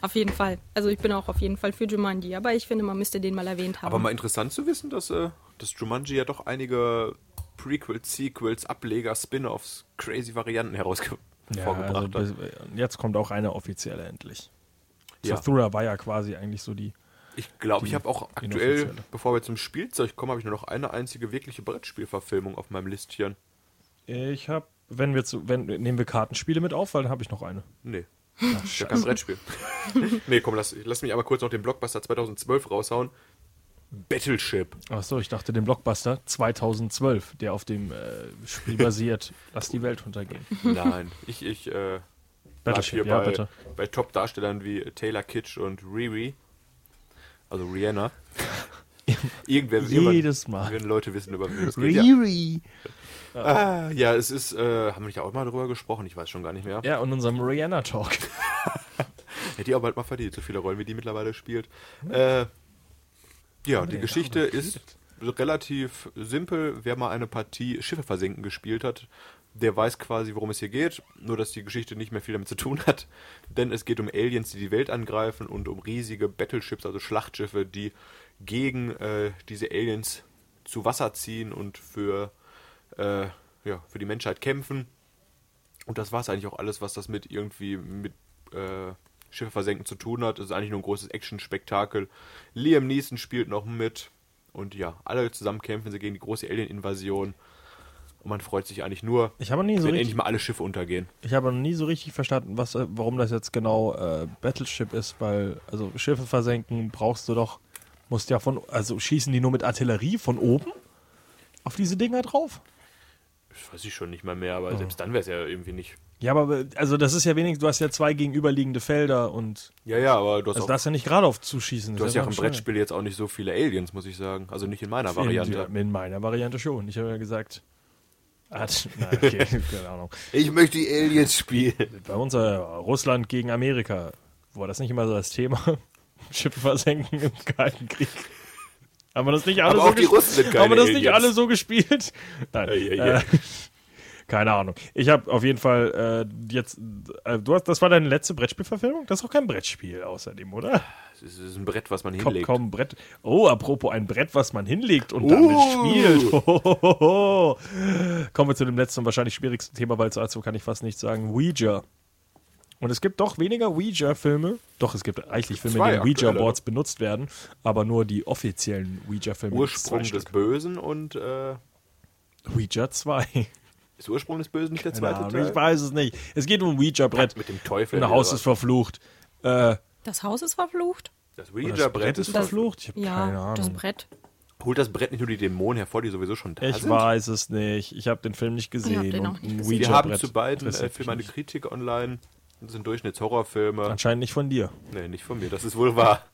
auf jeden Fall, also ich bin auch auf jeden Fall für Jumanji, aber ich finde, man müsste den mal erwähnt haben. Aber mal interessant zu wissen, dass, äh, dass Jumanji ja doch einige Prequels, Sequels, Ableger, Spin-Offs, crazy Varianten herausgebracht vorgebracht hat. also äh, jetzt kommt auch eine offizielle endlich. Ja. Zathura war ja quasi eigentlich so die. Ich glaube, ich Die habe auch aktuell, inoffizielle. bevor wir zum Spielzeug kommen, habe ich nur noch eine einzige wirkliche Brettspielverfilmung auf meinem Listchen. Ich habe, wenn wir zu, wenn nehmen wir Kartenspiele mit auf, weil dann habe ich noch eine. Nee. ist ja kein Brettspiel. <laughs> nee, komm, lass, lass mich einmal kurz noch den Blockbuster 2012 raushauen. Battleship. Achso, ich dachte den Blockbuster 2012, der auf dem äh, <laughs> Spiel basiert. Lass die Welt untergehen. Nein, ich, ich äh, bleib Battleship, hier ja, bei, bitte. bei Top-Darstellern wie Taylor Kitsch und Riri. Also <laughs> Rihanna. Irgendwer Jedes irgendwann- Mal. Wenn Leute wissen, über wen es geht. Ja, ah, ja, es ist, äh, haben wir nicht auch mal drüber gesprochen? Ich weiß schon gar nicht mehr. Ja, und unserem Rihanna Talk. Hätte ihr aber halt mal verdient, so viele Rollen, wie die mittlerweile spielt. Äh, ja, die Geschichte ist relativ simpel. Wer mal eine Partie Schiffe versenken gespielt hat, der weiß quasi, worum es hier geht. Nur, dass die Geschichte nicht mehr viel damit zu tun hat. Denn es geht um Aliens, die die Welt angreifen und um riesige Battleships, also Schlachtschiffe, die gegen äh, diese Aliens zu Wasser ziehen und für, äh, ja, für die Menschheit kämpfen. Und das war es eigentlich auch alles, was das mit irgendwie mit äh, Schiffe versenken zu tun hat. Es ist eigentlich nur ein großes Action-Spektakel. Liam Neeson spielt noch mit. Und ja, alle zusammen kämpfen sie gegen die große Alien-Invasion. Und man freut sich eigentlich nur, Ich habe nie so wenn richtig endlich mal alle Schiffe untergehen. Ich habe noch nie so richtig verstanden, was, äh, warum das jetzt genau äh, Battleship ist, weil also Schiffe versenken brauchst du doch, musst ja von, also schießen die nur mit Artillerie von oben auf diese Dinger drauf? Das weiß ich schon nicht mal mehr, aber selbst dann wäre es ja irgendwie nicht. Ja, aber äh, also das ist ja wenigstens, du hast ja zwei gegenüberliegende Felder und Ja, ja, aber du hast also auch, darfst ja nicht gerade auf zuschießen. du hast ja auch im Brettspiel jetzt auch nicht so viele Aliens, muss ich sagen. Also nicht in meiner Variante. Variante. In, in meiner Variante schon. Ich habe ja gesagt, <laughs> hat, na, <laughs> okay, keine Ahnung. Ich möchte die Aliens spielen. <laughs> Bei uns äh, Russland gegen Amerika. War das nicht immer so das Thema? <laughs> Schiffe versenken im Kalten Krieg. Haben wir das nicht alle, Aber so, auch die ges- Russen sind keine haben wir das nicht Aliens. alle so gespielt? Nein. <laughs> Ei, ei, ei. Äh, <laughs> keine Ahnung. Ich habe auf jeden Fall äh, jetzt. Äh, du hast, das war deine letzte Brettspielverfilmung? Das ist auch kein Brettspiel außerdem, oder? Das ist ein Brett, was man Komm, hinlegt. komm, Brett. Oh, apropos ein Brett, was man hinlegt und damit Uh. spielt. <laughs> Hohohoho. Kommen wir zu dem letzten und wahrscheinlich schwierigsten Thema, weil dazu kann ich fast nichts sagen. Ouija. Und es gibt doch weniger Ouija-Filme. Doch, es gibt eigentlich Filme, Zwei in denen Ouija-Boards aktuelle. benutzt werden, aber nur die offiziellen Ouija-Filme. Ursprung des Stück. Bösen und äh, Ouija 2. ist Ursprung des Bösen nicht der Keine <laughs> zweite Ahnung, Teil? ich weiß es nicht. Es geht um ein Ouija-Brett. Mit dem Teufel. Ein Haus ist verflucht. Äh, Das Haus ist verflucht? das das Ouija-Brett Brett ist ist verflucht. verflucht? Ich habe keine Ja, Ahnung. das Brett. Holt das Brett nicht nur die Dämonen hervor, die sowieso schon da Ich sind? weiß es nicht. Ich habe den Film nicht gesehen. den auch und nicht ein gesehen. Wir Ouija-Brett haben zu beiden äh, interessiert Filmen eine mich nicht. Kritik online. Das sind Durchschnittshorrorfilme. Anscheinend nicht von dir. Nee, nicht von mir, das ist wohl wahr.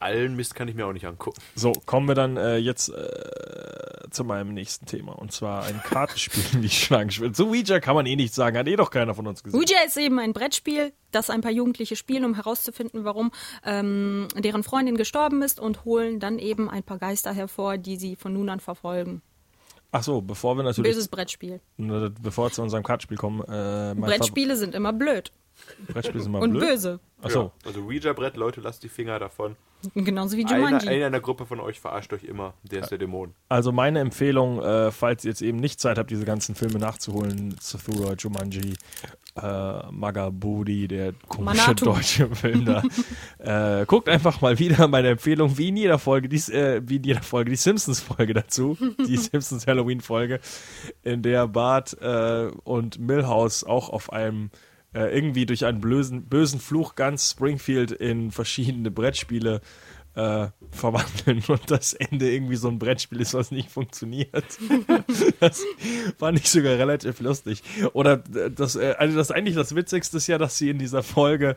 Allen Mist kann ich mir auch nicht angucken. So, kommen wir dann äh, jetzt äh, zu meinem nächsten Thema. Und zwar ein Kartenspiel, nicht Schlangenspiel. Zu Ouija kann man eh nichts sagen. Hat eh doch keiner von uns gesehen. Ouija ist eben ein Brettspiel, das ein paar Jugendliche spielen, um herauszufinden, warum ähm, deren Freundin gestorben ist und holen dann eben ein paar Geister hervor, die sie von nun an verfolgen. Ach so, bevor wir natürlich, Böses Brettspiel. äh, bevor wir zu unserem Kartenspiel kommen. Äh, mein Brettspiele sind immer blöd Favor- Brettspiel sind mal und blöd. böse. Ach so. Ja, also Ouija-Brett, Leute, lasst die Finger davon. Genauso wie Einer, Jumanji. einer in der Gruppe von euch verarscht euch immer. Der ist der Dämon. Also meine Empfehlung, äh, falls ihr jetzt eben nicht Zeit habt, diese ganzen Filme nachzuholen, Cthulhu, Jumanji, äh, Magabudi, der komische Manatu. deutsche Film da. äh, guckt einfach mal wieder meine Empfehlung, wie in jeder Folge, die, äh, wie in jeder Folge, die Simpsons-Folge dazu, die Simpsons-Halloween-Folge, in der Bart äh, und Milhouse auch auf einem äh, irgendwie durch einen bösen, bösen Fluch ganz Springfield in verschiedene Brettspiele äh, verwandeln <laughs> und das Ende irgendwie so ein Brettspiel ist, was nicht funktioniert. das fand ich sogar relativ lustig. Oder äh, das, äh, also das eigentlich das Witzigste ist ja, dass sie in dieser Folge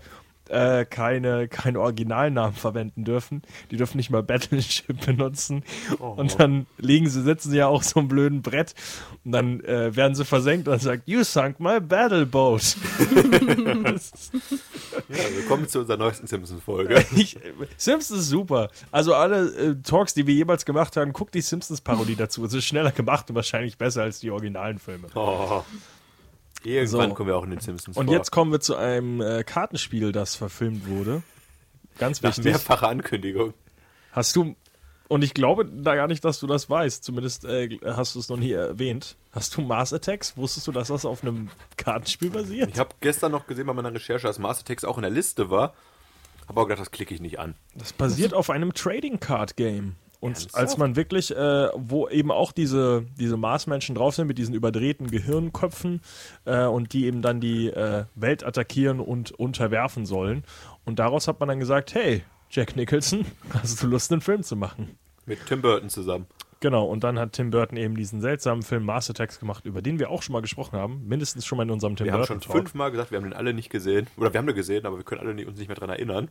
äh, keine, keine Originalnamen verwenden dürfen. Die dürfen nicht mal Battleship <laughs> benutzen. Und dann liegen sie, sitzen sie ja auch so einem blöden Brett und dann äh, werden sie versenkt und dann sagt, You sunk my battle boat. Ja, also willkommen zu unserer <laughs> neuesten Simpsons-Folge. Ich, Simpsons ist super. Also alle äh, Talks, die wir jemals gemacht haben, guckt die Simpsons-Parodie dazu. Es ist schneller gemacht und wahrscheinlich besser als die originalen Filme. Oh. Irgendwann So. kommen wir auch in den Simpsons Und vor. jetzt kommen wir zu einem äh, Kartenspiel, das verfilmt wurde. Ganz Nach wichtig. mehrfacher Ankündigung. Hast du, und ich glaube da gar nicht, dass du das weißt, zumindest äh, hast du es noch nie erwähnt. Hast du Mars Attacks? Wusstest du, dass das auf einem Kartenspiel basiert? Ich habe gestern noch gesehen bei meiner Recherche, dass Master Text auch in der Liste war. Habe aber gedacht, das klicke ich nicht an. Das basiert auf einem Trading Card Game. Und Ernsthaft? als man wirklich, äh, wo eben auch diese, diese Marsmenschen drauf sind mit diesen überdrehten Gehirnköpfen äh, und die eben dann die äh, Welt attackieren und unterwerfen sollen. Und daraus hat man dann gesagt, hey, Jack Nicholson, <laughs> hast du Lust, einen Film zu machen? Mit Tim Burton zusammen. Genau, und dann hat Tim Burton eben diesen seltsamen Film Mars Attacks gemacht, über den wir auch schon mal gesprochen haben, mindestens schon mal in unserem Tim Wir haben Burton schon Talk. fünfmal gesagt, wir haben den alle nicht gesehen. Oder wir haben den gesehen, aber wir können alle nicht, uns nicht mehr dran erinnern.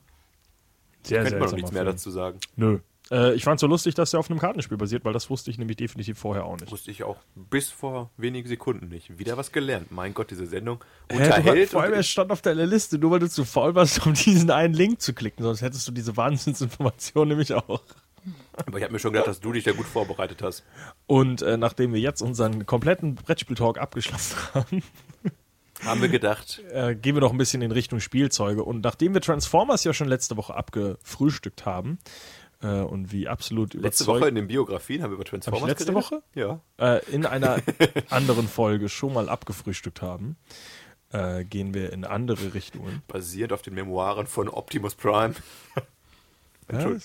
Sehr Könnte man noch seltsamer nichts mehr Film. dazu sagen. Nö. Äh, ich fand so lustig, dass der auf einem Kartenspiel basiert, weil das wusste ich nämlich definitiv vorher auch nicht. Wusste ich auch bis vor wenigen Sekunden nicht. Wieder was gelernt. Mein Gott, diese Sendung Hä, du war- unterhält. vor allem, und äh, er stand auf deiner Liste, nur weil du zu faul warst, <laughs> um diesen einen Link zu klicken. Sonst hättest du diese Wahnsinnsinformation <laughs> nämlich auch. aber ich habe mir schon gedacht, dass du dich da gut vorbereitet hast. Und äh, nachdem wir jetzt unseren kompletten Brettspiel-Talk abgeschlossen <laughs> haben, Haben wir gedacht. äh, gehen wir noch ein bisschen in Richtung Spielzeuge. Und nachdem wir Transformers ja schon letzte Woche abgefrühstückt haben äh, und wie absolut Letzte überzeugt... Woche in den Biografien haben wir über Transformers Hab ich letzte geredet. Woche? Ja. äh, in <laughs> einer anderen Folge schon mal abgefrühstückt haben, äh, gehen wir in andere Richtungen. Basierend auf den Memoiren von Optimus Prime. Entschuldigung.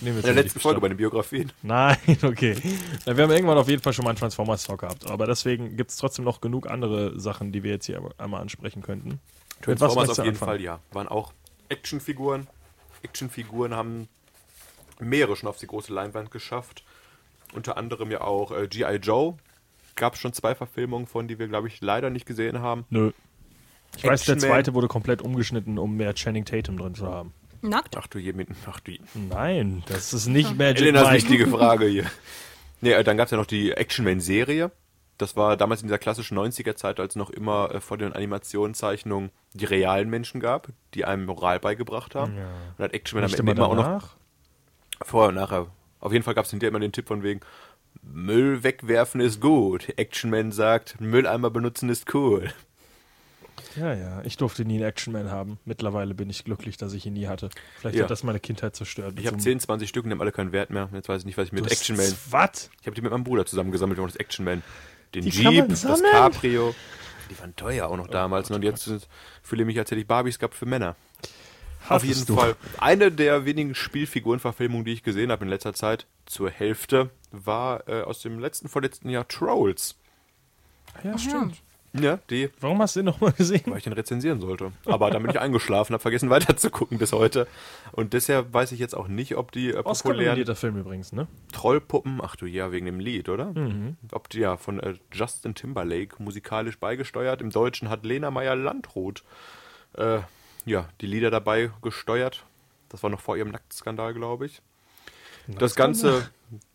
Nehmen wir In der jetzt mal die letzten Folge bei den Biografien. Nein, <laughs> okay. Na, wir haben irgendwann auf jeden Fall schon mal einen Transformers-Talk gehabt. Aber deswegen gibt es trotzdem noch genug andere Sachen, die wir jetzt hier aber- einmal ansprechen könnten. Mit was Transformers möchtest du auf jeden anfangen? Fall, ja. Waren auch Actionfiguren. Actionfiguren haben mehrere schon auf die große Leinwand geschafft. Unter anderem ja auch äh, G.I. Joe. Gab schon zwei Verfilmungen von, die wir, glaube ich, leider nicht gesehen haben. Nö. Ich weiß, der Action Man. zweite wurde komplett umgeschnitten, um mehr Channing Tatum drin zu haben. Nackt? Ach du jemanden, ach du. Nein, das ist nicht Magic Elenas Mike. wichtige Frage hier. Nee, äh, dann gab es ja noch die Action-Man-Serie. Das war damals in dieser klassischen 90er-Zeit, als noch immer äh, vor den Animationszeichnungen die realen Menschen gab, die einem Moral beigebracht haben. Und hat Action-Man am Möchte Ende man immer auch noch danach? Vorher und nachher. Auf jeden Fall gab es hinterher immer den Tipp von wegen, Müll wegwerfen ist gut. Actionman sagt, Mülleimer benutzen ist cool. Ja, ja. Ich durfte nie einen Action-Man haben. Mittlerweile bin ich glücklich, dass ich ihn nie hatte. Vielleicht Ja. hat das meine Kindheit zerstört. Ich habe 10, 20 Stück und die haben alle keinen Wert mehr. Jetzt weiß ich nicht, was ich mit Actionman. Action-Man. Was? Ich habe die mit meinem Bruder zusammengesammelt, wir haben das Actionman. Den Die kann Jeep, man das sammeln? Oh Cabrio. Die waren teuer auch noch damals. und jetzt sind- fühle ich mich, als hätte ich Barbies gehabt für Männer. Auf jeden Fall. Eine der wenigen Spielfigurenverfilmungen, die ich gesehen habe in letzter Zeit, zur Hälfte, war äh, aus dem letzten, vorletzten Jahr Trolls. Ja, stimmt. Ja, die Warum hast du ihn nochmal gesehen? weil ich den rezensieren sollte. Aber dann <laughs> bin ich eingeschlafen, habe vergessen <laughs> weiterzugucken bis heute. Und deshalb weiß ich jetzt auch nicht, ob die äh, populären Oscar-nominierter Film übrigens, ne? Trollpuppen, ach du ja, wegen dem Lied, oder? Mhm. Ob die ja von äh, Justin Timberlake musikalisch beigesteuert. Im Deutschen hat Lena Meyer-Landrut äh, ja, die Lieder dabei gesteuert. Das war noch vor ihrem Nacktskandal, glaube ich. Das Ganze.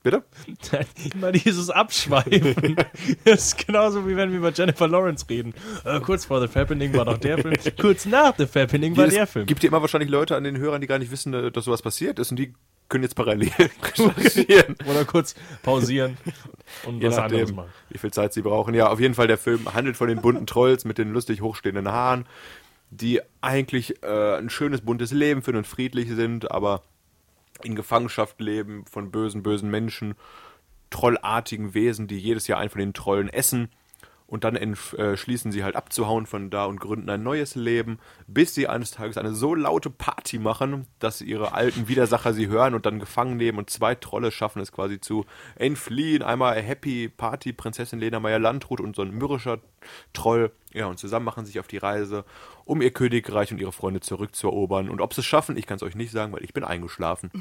Bitte? <laughs> Immer dieses Abschweifen. <laughs> das ist genauso wie wenn wir über Jennifer Lawrence reden. Äh, kurz vor The Fappening war noch der <laughs> Film, kurz nach The Fappening war Es der Film. gibt ja immer wahrscheinlich Leute an den Hörern, die gar nicht wissen, äh, dass sowas passiert ist und die können <laughs> jetzt parallel recherchieren. Oder kurz pausieren und Je was anderes nachdem, machen. wie viel Zeit sie brauchen. Ja, auf jeden Fall, der Film handelt von den bunten Trolls mit den lustig hochstehenden Haaren, die eigentlich äh, ein schönes, buntes Leben führen und friedlich sind, aber in Gefangenschaft leben von bösen, bösen Menschen, trollartigen Wesen, die jedes Jahr einen von den Trollen essen. Und dann entf- äh, schließen sie halt abzuhauen von da und gründen ein neues Leben, bis sie eines Tages eine so laute Party machen, dass ihre alten Widersacher sie hören und dann gefangen nehmen. Und zwei Trolle schaffen es quasi zu entfliehen. Einmal Happy Party Prinzessin Lena Meyer-Landrut und so ein mürrischer Troll. Ja, und zusammen machen sie sich auf die Reise, um ihr Königreich und ihre Freunde zurückzuerobern. Und ob sie es schaffen, ich kann es euch nicht sagen, weil ich bin eingeschlafen.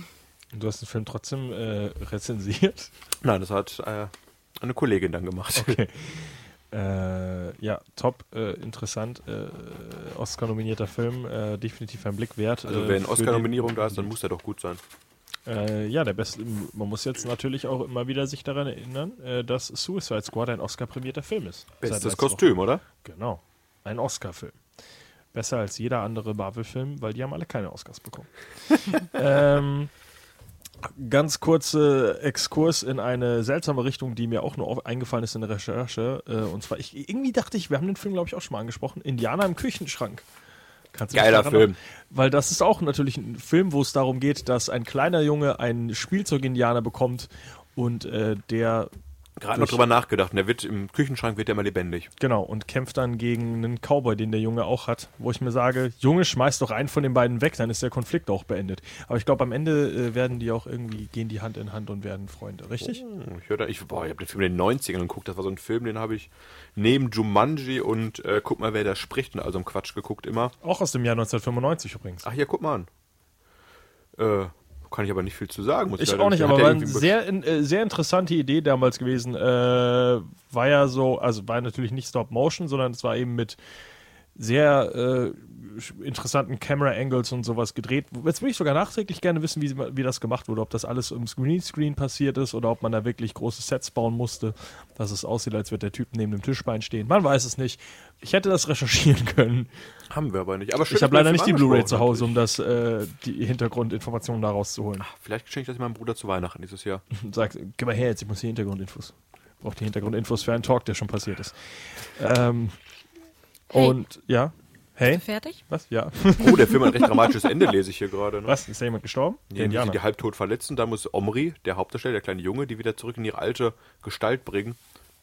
Du hast den Film trotzdem äh, rezensiert. Nein, das hat äh, eine Kollegin dann gemacht. Äh, ja, top, äh, interessant. Äh, Oscar-nominierter Film, äh, definitiv ein Blick wert. Also äh, wenn für Oscar-Nominierung da ist, dann muss er doch gut sein. Äh, ja, der beste. Man muss jetzt natürlich auch immer wieder sich daran erinnern, äh, dass Suicide Squad ein Oscar-prämierter Film ist. Seit Bestes letzter Kostüm, oder? Woche. Genau. Ein Oscar-Film. Besser als jeder andere Marvel-Film, weil die haben alle keine Oscars bekommen. ähm, ganz kurze Exkurs in eine seltsame Richtung, die mir auch nur auf, eingefallen ist in der Recherche. Äh, und zwar, ich, irgendwie dachte ich, wir haben den Film, glaube ich, auch schon mal angesprochen: Indianer im Küchenschrank. Kannst du dich Geiler daran Film. weil das ist auch natürlich ein Film, wo es darum geht, dass ein kleiner Junge einen Spielzeug-Indianer bekommt und äh, der Gerade noch Durch- drüber nachgedacht. Und der wird im Küchenschrank wird der immer lebendig. genau und kämpft dann gegen einen Cowboy, den der Junge auch hat, wo ich mir sage, Junge, schmeiß doch einen von den beiden weg, dann ist der Konflikt auch beendet. Aber ich glaube, am Ende äh, werden die auch irgendwie gehen die Hand in Hand und werden Freunde, richtig? Hm, Ich, hör da- ich, boah, ich habe den Film in den 90ern geguckt. Das war so ein Film, den habe ich neben Jumanji und äh, guck mal, wer da spricht. Und also im Quatsch geguckt immer. Auch aus dem Jahr 1995 übrigens. Ach ja, guck mal an. Äh, kann ich aber nicht viel zu sagen. Muss Ich leider auch nicht, Hat aber der war eine irgendwie- sehr, in- äh, sehr interessante Idee damals gewesen. Äh, war ja so, also war natürlich nicht Stop Motion, sondern es war eben mit sehr äh, sch- interessanten Camera Angles und sowas gedreht. Jetzt würde ich sogar nachträglich gerne wissen, wie, sie- wie das gemacht wurde, ob das alles im Greenscreen passiert ist oder ob man da wirklich große Sets bauen musste, dass es aussieht, als würde der Typ neben dem Tischbein stehen. Man weiß es nicht. Ich hätte das recherchieren <laughs> können. Haben wir aber nicht. Aber schön, Ich dass habe wir leider den nicht die Film Blu-ray angesprochen zu Hause, um das äh, die Hintergrundinformationen daraus zu holen. haben. Vielleicht schenke ich das meinem Bruder zu Weihnachten dieses Jahr. und sagst, geh mal her jetzt, ich muss die Hintergrundinfos. Ich brauche die Hintergrundinfos für einen Talk, der schon passiert ist. Ähm, Hey. Und ja, hey, Fertig? was? Ja, <laughs> Oh, der Film hat ein recht dramatisches Ende, lese ich hier gerade. Ne? was? Ist da jemand gestorben? Der Ja, die Indianer. die halbtot verletzen. Da muss Omri, der Hauptdarsteller, der kleine Junge, die wieder zurück in ihre alte Gestalt bringen,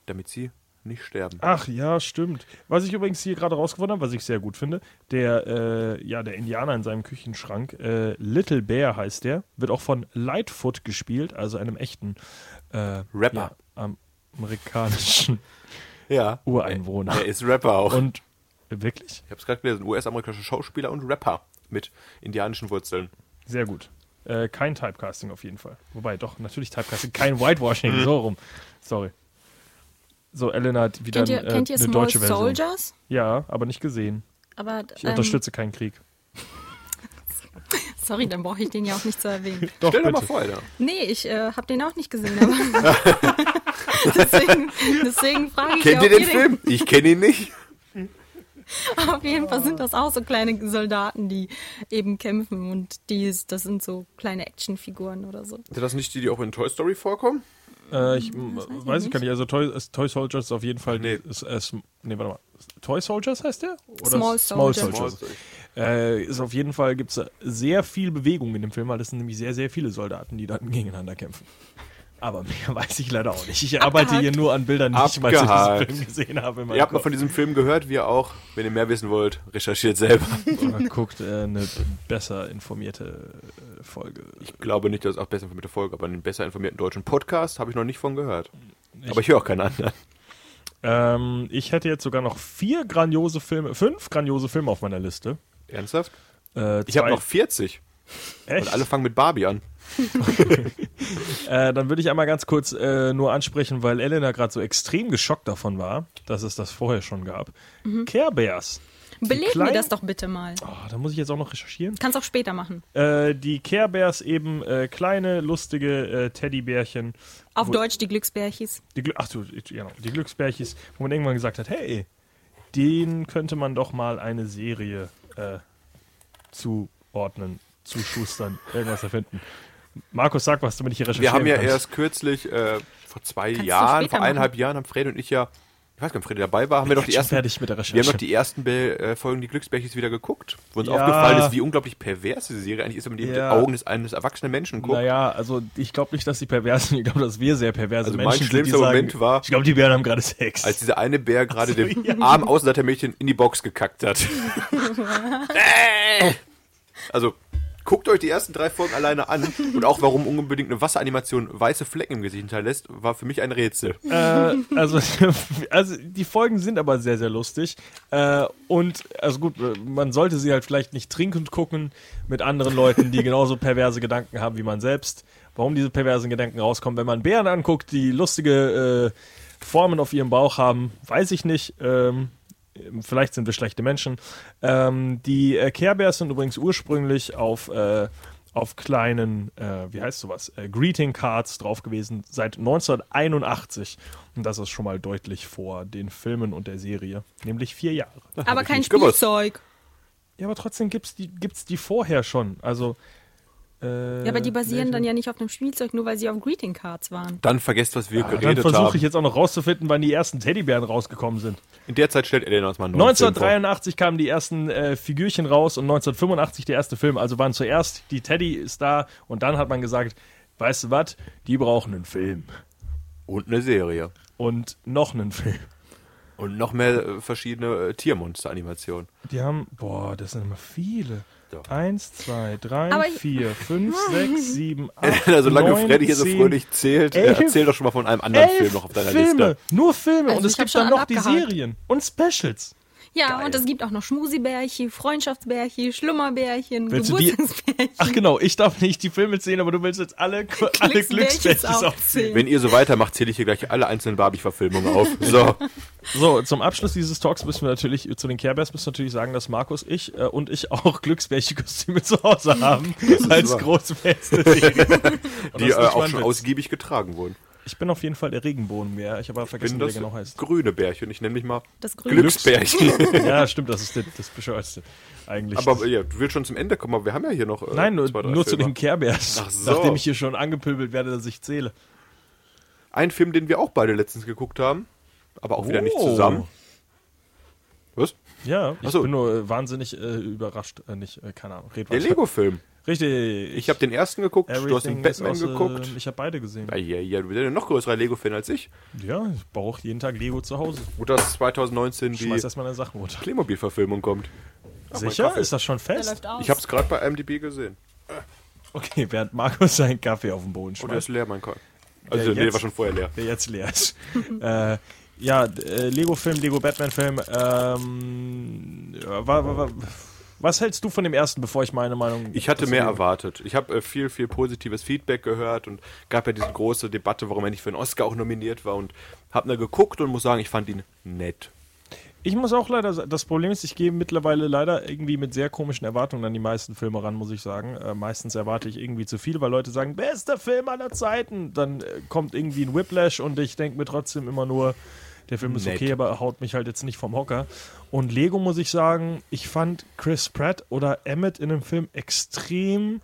damit sie nicht sterben. Ach ja, stimmt. Was ich übrigens hier gerade rausgefunden habe, was ich sehr gut finde, der, äh, ja, der Indianer in seinem Küchenschrank, äh, Little Bear heißt der, wird auch von Lightfoot gespielt, also einem echten äh, Rapper. Ja, amerikanischen Ja. Ureinwohner. Er ist Rapper auch. Und äh, wirklich? ich habe es gerade gelesen. US-amerikanischer Schauspieler und Rapper mit indianischen Wurzeln. Sehr gut. Äh, kein Typecasting auf jeden Fall. Wobei, doch, natürlich Typecasting, kein Whitewashing, so rum. Sorry. So, Elena hat wieder Kennt ihr, äh, kennt ihr eine Small deutsche Version. Soldiers? Ja, aber nicht gesehen. Aber Ich ähm, unterstütze keinen Krieg. Sorry, dann brauche ich den ja auch nicht <laughs> zu erwähnen. Doch, Stell dir bitte. mal vor, Alter. Nee, ich äh, habe den auch nicht gesehen. Aber <laughs> <laughs> deswegen deswegen frage ich ja, Kennt ihr ob den ihr Film? Ich kenne ihn nicht. Auf jeden Fall Ah. sind das auch so kleine Soldaten, die eben kämpfen und die, das sind so kleine Actionfiguren oder so. Sind das nicht die, die auch in Toy Story vorkommen? Äh, ich m- weiß ich gar nicht. Also Toy, äh, Toy Soldiers ist auf jeden Fall. Nee. Ist, äh, sm- nee, warte mal. Toy Soldiers heißt der? Oder Small Soldiers. Soldiers. Äh, ist auf jeden Fall gibt es sehr viel Bewegung in dem Film, weil das sind nämlich sehr, sehr viele Soldaten, die dann gegeneinander kämpfen. Aber mehr <laughs> weiß ich leider auch nicht. Ich arbeite hier nur an Bildern, die ich mal zu Abgehakt. diesem Film gesehen habe. in meinem Ihr habt mal Kopf. von diesem Film gehört, wir auch. Wenn ihr mehr wissen wollt, <laughs> recherchiert selber. Oder guckt äh, eine b- besser informierte äh, Folge. Ich glaube nicht, dass auch besser informierte Folge, aber einen besser informierten deutschen Podcast habe ich noch nicht von gehört. aber ich höre auch keinen anderen. Ähm, ich hätte jetzt sogar noch vier grandiose Filme, fünf grandiose Filme auf meiner Liste. Ernsthaft? Äh, Ich habe zwei- noch 40 echt? und alle fangen mit Barbie an. Äh, dann würde ich einmal ganz kurz äh, nur ansprechen, weil Elena gerade so extrem geschockt davon war, dass es das vorher schon gab. Care Bears. Beleg klein- mir das doch bitte mal. Oh, da muss ich jetzt auch noch recherchieren. Kannst auch später machen. Äh, die Care Bears eben äh, kleine, lustige äh, Teddybärchen. Auf Wo- Deutsch die Glücksbärchis. Die Glü Ach du, genau, die Glücksbärchis, wo man irgendwann gesagt hat, hey, denen könnte man doch mal eine Serie äh, zuordnen, zuschustern, irgendwas erfinden. Markus, sag was, damit ich hier Wir recherchieren haben ja kann. erst kürzlich, äh, vor zwei du Jahren, später vor eineinhalb Jahren, haben Fred und ich ja, ich weiß gar nicht, ob Fred dabei war, haben wir doch Ich bin die ersten, fertig mit der wir haben Recherche. doch die ersten Be äh, Folgen die Glücksbärchis wieder geguckt. Wo uns Ja. aufgefallen ist, wie unglaublich pervers diese Serie eigentlich ist, wenn man die mit den Ja. Augen des eines erwachsenen Menschen guckt. Naja, also ich glaube nicht, dass die Perversen, ich glaube, dass wir sehr perverse Also mein Menschen sind, die schlimmster sagen, Moment war- ich glaube, die Bären haben gerade Sex. Als dieser eine Bär gerade dem armen Außenseitermädchen in die Box gekackt hat. <laughs> Äh! also, guckt euch die ersten drei Folgen alleine an. Und auch warum unbedingt eine Wasseranimation weiße Flecken im Gesicht hinterlässt, war für mich ein Rätsel. äh, also, <laughs> also die Folgen sind aber sehr, sehr lustig. Äh, und also gut, äh, man sollte sie halt vielleicht nicht trinkend gucken mit anderen Leuten, <laughs> die genauso perverse Gedanken haben wie man selbst. Warum diese perversen Gedanken rauskommen, wenn man Bären anguckt, die lustige äh, Formen auf ihrem Bauch haben, weiß ich nicht. Ähm, vielleicht sind wir schlechte Menschen. Ähm, die äh, Care Bears sind übrigens ursprünglich auf, äh, auf kleinen, äh, wie heißt sowas, äh, Greeting Cards drauf gewesen, seit 1981. Und das ist schon mal deutlich vor den Filmen und der Serie, nämlich vier Jahre. Aber ich kein nicht gewusst. Spielzeug. Ja, aber trotzdem gibt es die, gibt's die vorher schon. Also. äh, Ja, Äh, aber die basieren dann ja nicht auf einem Spielzeug, nur weil sie auf Greeting Cards waren. Dann vergesst, was wir Dann geredet versuche ich haben. jetzt auch noch rauszufinden, wann die ersten Teddybären rausgekommen sind. In der Zeit stellt Elena uns mal einen neuen Film vor. 1983 kamen die ersten äh, Figürchen raus und 1985 der erste Film. Also waren zuerst die Teddy ist da und dann hat man gesagt, weißt du was, die brauchen einen Film Und eine Serie. und noch einen Film. Und noch mehr äh, verschiedene äh, Tiermonster-Animationen. <laughs> Die haben, boah, das sind immer viele. So. Eins, zwei, drei, Aber ich- vier, <laughs> fünf, sechs, <laughs> sieben, acht, Also, solange neun, Freddy hier so zehn, fröhlich zählt, äh, elf, erzähl doch schon mal von einem anderen elf Film noch auf deiner Filme, Liste. nur Filme Also und es ich hab gibt schon dann noch alle die abgehakt. Serien und Specials. Ja, und es gibt auch noch Schmusibärchen, Freundschaftsbärchen, Schlummerbärchen, Willst du die- <laughs> Geburtstagsbärchen. Ach genau, ich darf nicht die Filme zählen, aber du willst jetzt alle, alle Glücksbärchen aufzählen. Wenn ihr so weitermacht, zähle ich hier gleich alle einzelnen <laughs> Barbie-Verfilmungen auf. So. So, zum Abschluss dieses Talks müssen wir natürlich, zu den Care Bears müssen wir natürlich sagen, dass Markus, ich äh, und ich auch Glücksbärchen-Kostüme zu Hause haben. ist Als wahr. <laughs> großfeste <laughs> Serie. Und die äh, das ist nicht auch mein schon Witz. ausgiebig getragen wurden. Ich bin auf jeden Fall der Regenbogenbär. Ich habe aber Ich bin vergessen, wie der das genau heißt. grüne Bärchen. Ich nenne mich mal Das grüne Glücksbärchen. <laughs> ja, stimmt, das ist das, das Bescheuerste. Eigentlich. <laughs> aber äh, ja, du willst schon zum Ende kommen, aber wir haben ja hier noch. äh, Nein, nur, zwei, drei nur zu Filme. den Care Bears. Ach so. Nachdem ich hier schon angepöbelt werde, dass ich zähle. Ein Film, den wir auch beide letztens geguckt haben, aber auch wieder nicht Oh. zusammen. Was? Ja, ich Ach so. bin nur äh, wahnsinnig äh, überrascht. Äh, nicht, äh, keine Ahnung. Red Der weiter. Lego-Film. Richtig. Ich habe den ersten geguckt, du hast den Everything Batman is awesome. geguckt. Ich habe beide gesehen. Ja, ja, ja, du bist ja ein noch größerer Lego-Fan als ich. Ja, ich brauche jeden Tag Lego zu Hause. Gut, dass 2019 die Schmeiß erstmal deine Sachen runter. Playmobil-Verfilmung kommt. mein Sicher? Kaffee. Ist das schon Der fest? läuft aus. Ich habe es gerade bei IMDb gesehen. Okay, während Markus seinen Kaffee auf den Boden Oh, der ist schmeißt, leer, mein Kaffee. Also, Ja, nee, jetzt. war schon vorher leer. der jetzt leer ist. <laughs> äh, ja, d- äh, Lego-Film, Lego-Batman-Film. Ähm, ja, wa, wa, wa, was hältst du von dem ersten, bevor ich meine Meinung... Ich hatte dazu mehr gebe? erwartet. Ich habe äh, viel, viel positives Feedback gehört und gab ja diese große Debatte, warum er nicht für einen Oscar auch nominiert war und habe da geguckt und muss sagen, ich fand ihn nett. Ich muss auch leider sa- das Problem ist, ich gehe mittlerweile leider irgendwie mit sehr komischen Erwartungen an die meisten Filme ran, muss ich sagen. Äh, meistens erwarte ich irgendwie zu viel, weil Leute sagen, bester Film aller Zeiten. Dann äh, kommt irgendwie ein Whiplash und ich denke mir trotzdem immer nur, der Film ist Nett. okay, aber haut mich halt jetzt nicht vom Hocker. Und Lego muss ich sagen, ich fand Chris Pratt oder Emmett in dem Film extrem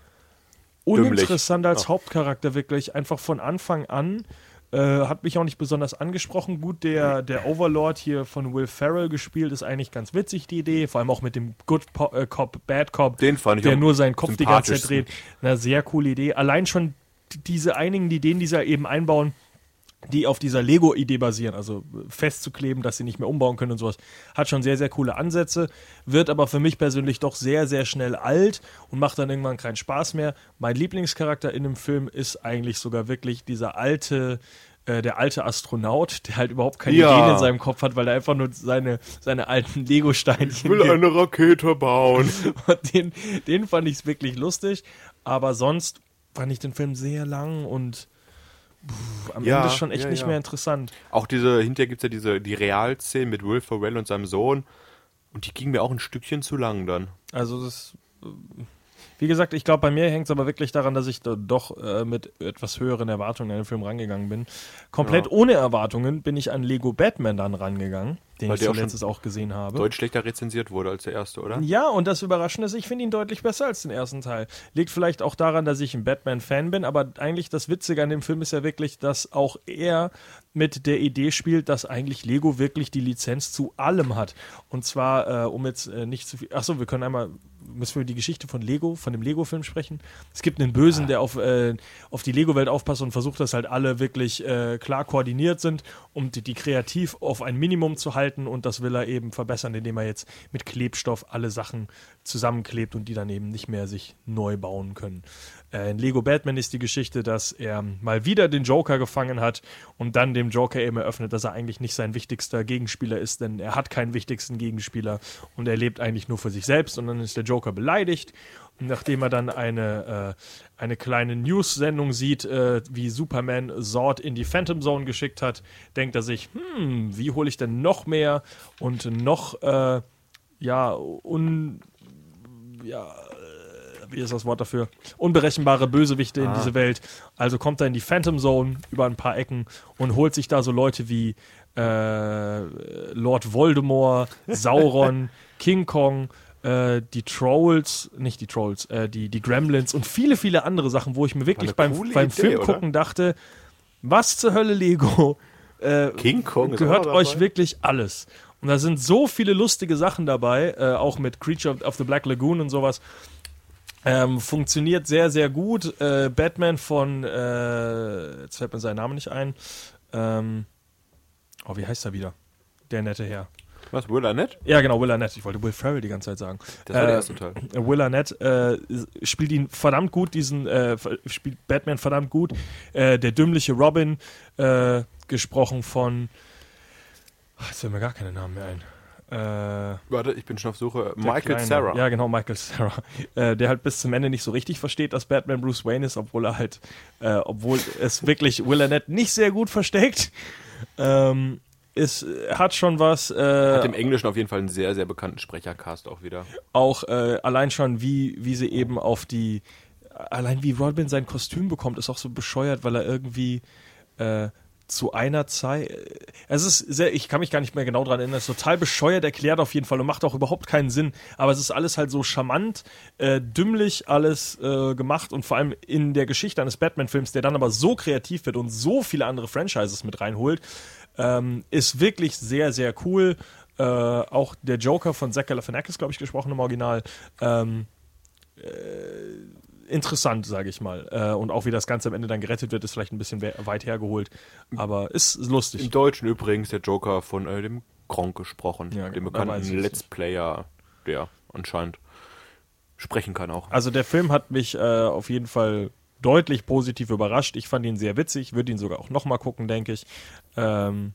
uninteressant als Hauptcharakter wirklich. Einfach von Anfang an äh, hat mich auch nicht besonders angesprochen. Gut, Mhm. der, der Overlord hier von Will Ferrell gespielt ist eigentlich ganz witzig, die Idee. Vor allem auch mit dem Good po äh, Cop, Bad Cop, Den fand ich der am nur seinen Kopf die ganze Zeit sympathischsten. dreht. Eine sehr coole Idee. Allein schon d- diese einigen Ideen, die sie eben einbauen, die auf dieser Lego-Idee basieren, also festzukleben, dass sie nicht mehr umbauen können und sowas, hat schon sehr, sehr coole Ansätze, wird aber für mich persönlich doch sehr, sehr schnell alt und macht dann irgendwann keinen Spaß mehr. Mein Lieblingscharakter in dem Film ist eigentlich sogar wirklich dieser alte, äh, der alte Astronaut, der halt überhaupt keine Ja. Ideen in seinem Kopf hat, weil er einfach nur seine, seine alten Lego-Steinchen Ich will gibt. eine Rakete bauen. <laughs> Und den, den fand ich wirklich lustig. Aber sonst fand ich den Film sehr lang und puh, am Ja, Ende schon echt ja, nicht ja. mehr interessant. Auch diese, hinterher gibt es ja diese, die Realszenen mit Will Ferrell und seinem Sohn. Und die gingen mir auch ein Stückchen zu lang dann. Also das, äh, wie gesagt, ich glaube, bei mir hängt es aber wirklich daran, dass ich da doch äh, mit etwas höheren Erwartungen an den Film rangegangen bin. Komplett ohne Erwartungen bin ich an Lego Batman dann rangegangen, den Weil ich der auch zuletzt auch gesehen habe. Deutlich schlechter rezensiert wurde als der erste, oder? Ja, und das Überraschende ist, ich finde ihn deutlich besser als den ersten Teil. Liegt vielleicht auch daran, dass ich ein Batman-Fan bin, aber eigentlich das Witzige an dem Film ist ja wirklich, dass auch er mit der Idee spielt, dass eigentlich Lego wirklich die Lizenz zu allem hat. Und zwar, äh, um jetzt äh, nicht zu viel. Achso, wir können einmal. Müssen wir über die Geschichte von Lego, von dem Lego-Film sprechen? Es gibt einen Bösen, der auf, äh, auf die Lego-Welt aufpasst und versucht, dass halt alle wirklich äh, klar koordiniert sind, um die, die kreativ auf ein Minimum zu halten. Und das will er eben verbessern, indem er jetzt mit Klebstoff alle Sachen zusammenklebt und die dann eben nicht mehr sich neu bauen können. Äh, in Lego Batman ist die Geschichte, dass er mal wieder den Joker gefangen hat und dann dem Joker eben eröffnet, dass er eigentlich nicht sein wichtigster Gegenspieler ist, denn er hat keinen wichtigsten Gegenspieler und er lebt eigentlich nur für sich selbst und dann ist der Joker beleidigt. Und nachdem er dann eine, äh, eine kleine News-Sendung sieht, äh, wie Superman Zod in die Phantom Zone geschickt hat, denkt er sich, hm, wie hole ich denn noch mehr und noch äh, ja, un, wie ist das Wort dafür? Unberechenbare Bösewichte Ah. in diese Welt. Also kommt er in die Phantom Zone über ein paar Ecken und holt sich da so Leute wie äh, Lord <laughs> Voldemort, Sauron, King Kong, äh, die Trolls, nicht die Trolls, äh, die, die Gremlins und viele, viele andere Sachen, wo ich mir wirklich eine beim, coole beim Idee, Film oder? gucken dachte, was zur Hölle Lego? King Kong gehört auch dabei. euch wirklich alles. Und da sind so viele lustige Sachen dabei, äh, auch mit Creature of the Black Lagoon und sowas. Ähm, funktioniert sehr, sehr gut. Äh, Batman von, äh, jetzt fällt mir sein Name nicht ein. Ähm, oh, wie heißt er wieder? Der nette Herr. Was, Will Arnett? Ja, genau, Will Arnett. Ich wollte Will Ferrell die ganze Zeit sagen. Äh, Das war der erste Teil. Will Arnett äh, spielt ihn verdammt gut, diesen äh, ver- spielt Batman verdammt gut. Äh, der dümmliche Robin, äh, gesprochen von. Ach, Jetzt fällt mir gar keine Namen mehr ein. Äh, Warte, ich bin schon auf Suche. der Michael Kleine. Sarah. Ja, genau, Michael Sarah. Äh, der halt bis zum Ende nicht so richtig versteht, dass Batman Bruce Wayne ist, obwohl er halt, äh, obwohl es wirklich Will Arnett nicht sehr gut versteckt. Ähm, es hat schon was. Äh, Hat im Englischen auf jeden Fall einen sehr, sehr bekannten Sprechercast auch wieder. auch äh, allein schon, wie, wie sie eben auf die. Allein wie Robin sein Kostüm bekommt, ist auch so bescheuert, weil er irgendwie äh, zu einer Zeit. Es ist sehr, ich kann mich gar nicht mehr genau dran erinnern, es ist total bescheuert erklärt auf jeden Fall und macht auch überhaupt keinen Sinn. Aber es ist alles halt so charmant, äh, dümmlich alles äh, gemacht und vor allem in der Geschichte eines Batman-Films, der dann aber so kreativ wird und so viele andere Franchises mit reinholt, ähm, ist wirklich sehr, sehr cool. Äh, auch der Joker von Zach Galifianakis, glaube ich, gesprochen im Original. Ähm, äh, interessant, sage ich mal. Äh, und auch wie das Ganze am Ende dann gerettet wird, ist vielleicht ein bisschen we- weit hergeholt, aber ist lustig. Im Deutschen übrigens der Joker von äh, dem Gronk gesprochen, Ja, dem da weiß bekannten ich's Let's Player, der anscheinend sprechen kann auch. Also der Film hat mich äh, auf jeden Fall deutlich positiv überrascht. Ich fand ihn sehr witzig, würde ihn sogar auch nochmal gucken, denke ich. Ähm,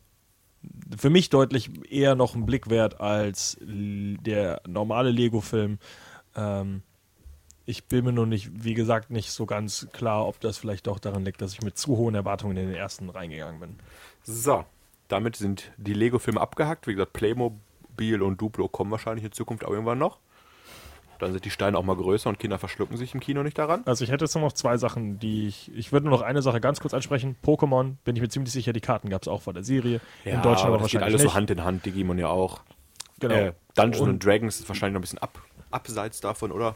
für mich deutlich eher noch ein Blick wert als l- der normale Lego-Film. Ähm, ich bin mir nur nicht, wie gesagt, nicht so ganz klar, ob das vielleicht doch daran liegt, dass ich mit zu hohen Erwartungen in den ersten reingegangen bin. So, damit sind die Lego-Filme abgehackt. Wie gesagt, Playmobil und Duplo kommen wahrscheinlich in Zukunft auch irgendwann noch. Dann sind die Steine auch mal größer und Kinder verschlucken sich im Kino nicht daran. Also ich hätte jetzt nur noch zwei Sachen, die ich. Ich würde nur noch eine Sache ganz kurz ansprechen. Pokémon, bin ich mir ziemlich sicher, die Karten gab es auch vor der Serie. in Deutschland aber das geht wahrscheinlich alles nicht. so Hand in Hand, Digimon ja auch. genau. Äh, Dungeons and Dragons ist wahrscheinlich noch ein bisschen ab, abseits davon, oder?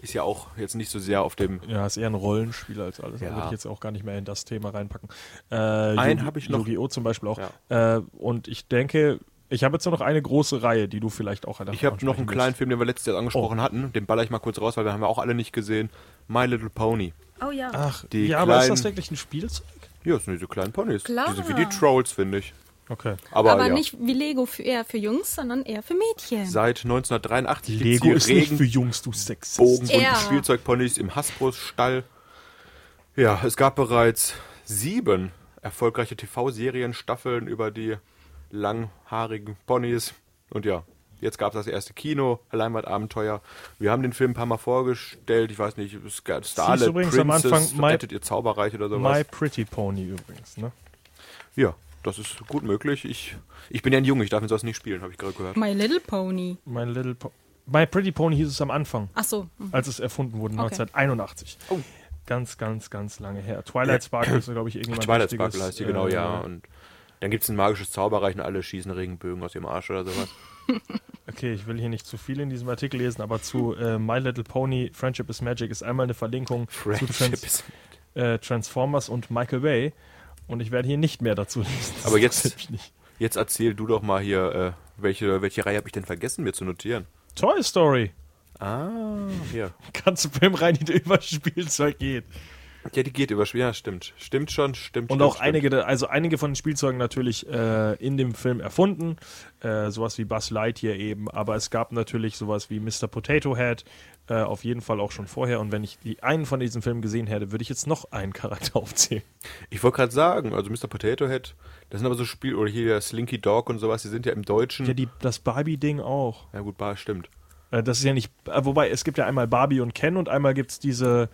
Ist ja auch jetzt nicht so sehr auf dem Ja, ist eher ein Rollenspiel als alles. Ja. Da würde ich jetzt auch gar nicht mehr in das Thema reinpacken. Äh, Einen hab ich noch. Yu-Gi-Oh! zum Beispiel auch. Äh, und ich denke, ich habe jetzt nur noch eine große Reihe, die du vielleicht auch Ich habe noch einen kleinen Film, den wir letztes Jahr Oh. angesprochen hatten. Den baller ich mal kurz raus, weil den haben wir auch alle nicht gesehen. My Little Pony. Oh ja. Ach, die ja, aber ist kleinen- das wirklich ein Spielzeug? Ja, das sind diese kleinen Ponys. Klar. Die sind wie die Trolls, finde ich. Okay. Aber, Aber ja. nicht wie Lego für, eher für Jungs, sondern eher für Mädchen. Seit 1983 gibt's Lego ist die nicht für Regenbogen Jungs, du Sexist. und Ja. Spielzeugponys im Hasbro-Stall. Ja, es gab bereits sieben erfolgreiche TV-Serienstaffeln über die langhaarigen Ponys. Und ja, jetzt gab es das erste Kino, Leinwandabenteuer. Wir haben den Film ein paar Mal vorgestellt. Ich weiß nicht, es gab Starlet, übrigens Princess, am Anfang My- Rettet ihr Zauberreich oder sowas. My Pretty Pony übrigens, ne? Ja, das ist gut möglich. Ich, ich bin ja ein Junge, ich darf mir sowas nicht spielen, habe ich gerade gehört. My Little Pony. My Little po My Pretty Pony hieß es am Anfang, Ach so. hm. als es erfunden wurde, Okay. 1981. Oh. Ganz, ganz, ganz lange her. Twilight Sparkle ist, glaube ich, irgendwann Twilight wichtiges, Sparkle heißt die, genau, äh, ja. Und dann gibt es ein magisches Zauberreich und alle schießen Regenbögen aus ihrem Arsch <laughs> oder sowas. Okay, ich will hier nicht zu viel in diesem Artikel lesen, aber zu äh, My Little Pony, Friendship is Magic ist einmal eine Verlinkung zu Trans ist- äh, Transformers und Michael Bay. Und ich werde hier nicht mehr dazu lesen. <laughs> Das Aber jetzt- interessiert mich nicht. Jetzt erzähl du doch mal hier, äh, welche, welche Reihe habe ich denn vergessen, mir zu notieren? Toy Story. <laughs> Ah, hier. Kannst du Film rein, die über Spielzeug geht. Ja, die geht über Spiel. Ja, stimmt. Stimmt schon, stimmt. Und stimmt, auch stimmt. einige, der- also einige von den Spielzeugen natürlich äh, in dem Film erfunden, äh, sowas wie Buzz Lightyear eben, aber es gab natürlich sowas wie Mr. Potato Head, äh, auf jeden Fall auch schon vorher. Und wenn ich die einen von diesen Filmen gesehen hätte, würde ich jetzt noch einen Charakter <laughs> aufzählen. Ich wollte gerade sagen, also Mr. Potato Head, das sind aber so Spiele, oder hier der Slinky Dog und sowas, die sind ja im Deutschen. Ja, die, das Barbie-Ding auch. ja gut, bah, stimmt. Äh, Das ist ja nicht. äh, Wobei, es gibt ja einmal Barbie und Ken und einmal gibt es diese.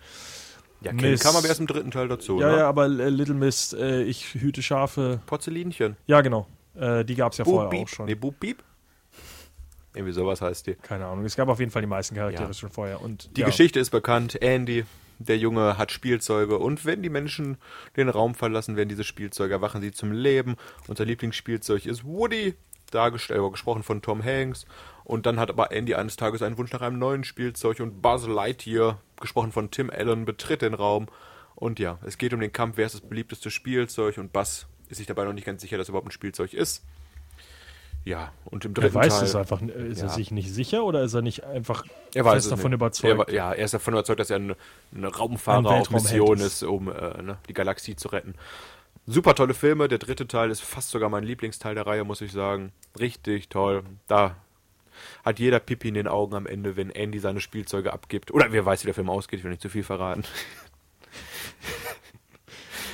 Ja, Mist. Ken kam aber erst im dritten Teil dazu, Ja, ne? ja, aber äh, Little Mist, äh, ich hüte Schafe. Porzellinchen. Ja, genau. Äh, die gab es ja Boop, vorher auch Beep. schon. Nee, Boop, Beep. Irgendwie sowas heißt die. Keine Ahnung. Es gab auf jeden Fall die meisten Charaktere Ja. schon vorher. Und Die ja. Geschichte ist bekannt. Andy, der Junge, hat Spielzeuge. Und wenn die Menschen den Raum verlassen, werden diese Spielzeuge erwachen sie zum Leben. Unser Lieblingsspielzeug ist Woody, dargestellt, aber gesprochen von Tom Hanks. Und dann hat aber Andy eines Tages einen Wunsch nach einem neuen Spielzeug. Und Buzz Lightyear, gesprochen von Tim Allen, betritt den Raum. Und ja, es geht um den Kampf, wer ist das beliebteste Spielzeug. Und Buzz ist sich dabei noch nicht ganz sicher, dass er überhaupt ein Spielzeug ist. Ja, und im Er dritten weiß Teil... es einfach. n- Ist er Ja. sich nicht sicher oder ist er nicht einfach Er weiß fest es davon nicht. überzeugt? Er, wa- ja, er ist davon überzeugt, dass er ein, ein Ein Raumfahrer Weltraumheld auf Mission ist. ist, um äh, ne, die Galaxie zu retten. Super tolle Filme. Der dritte Teil ist fast sogar mein Lieblingsteil der Reihe, muss ich sagen. Richtig toll. Da hat jeder Pipi in den Augen am Ende, wenn Andy seine Spielzeuge abgibt. Oder wer weiß, wie der Film ausgeht, ich will nicht zu viel verraten.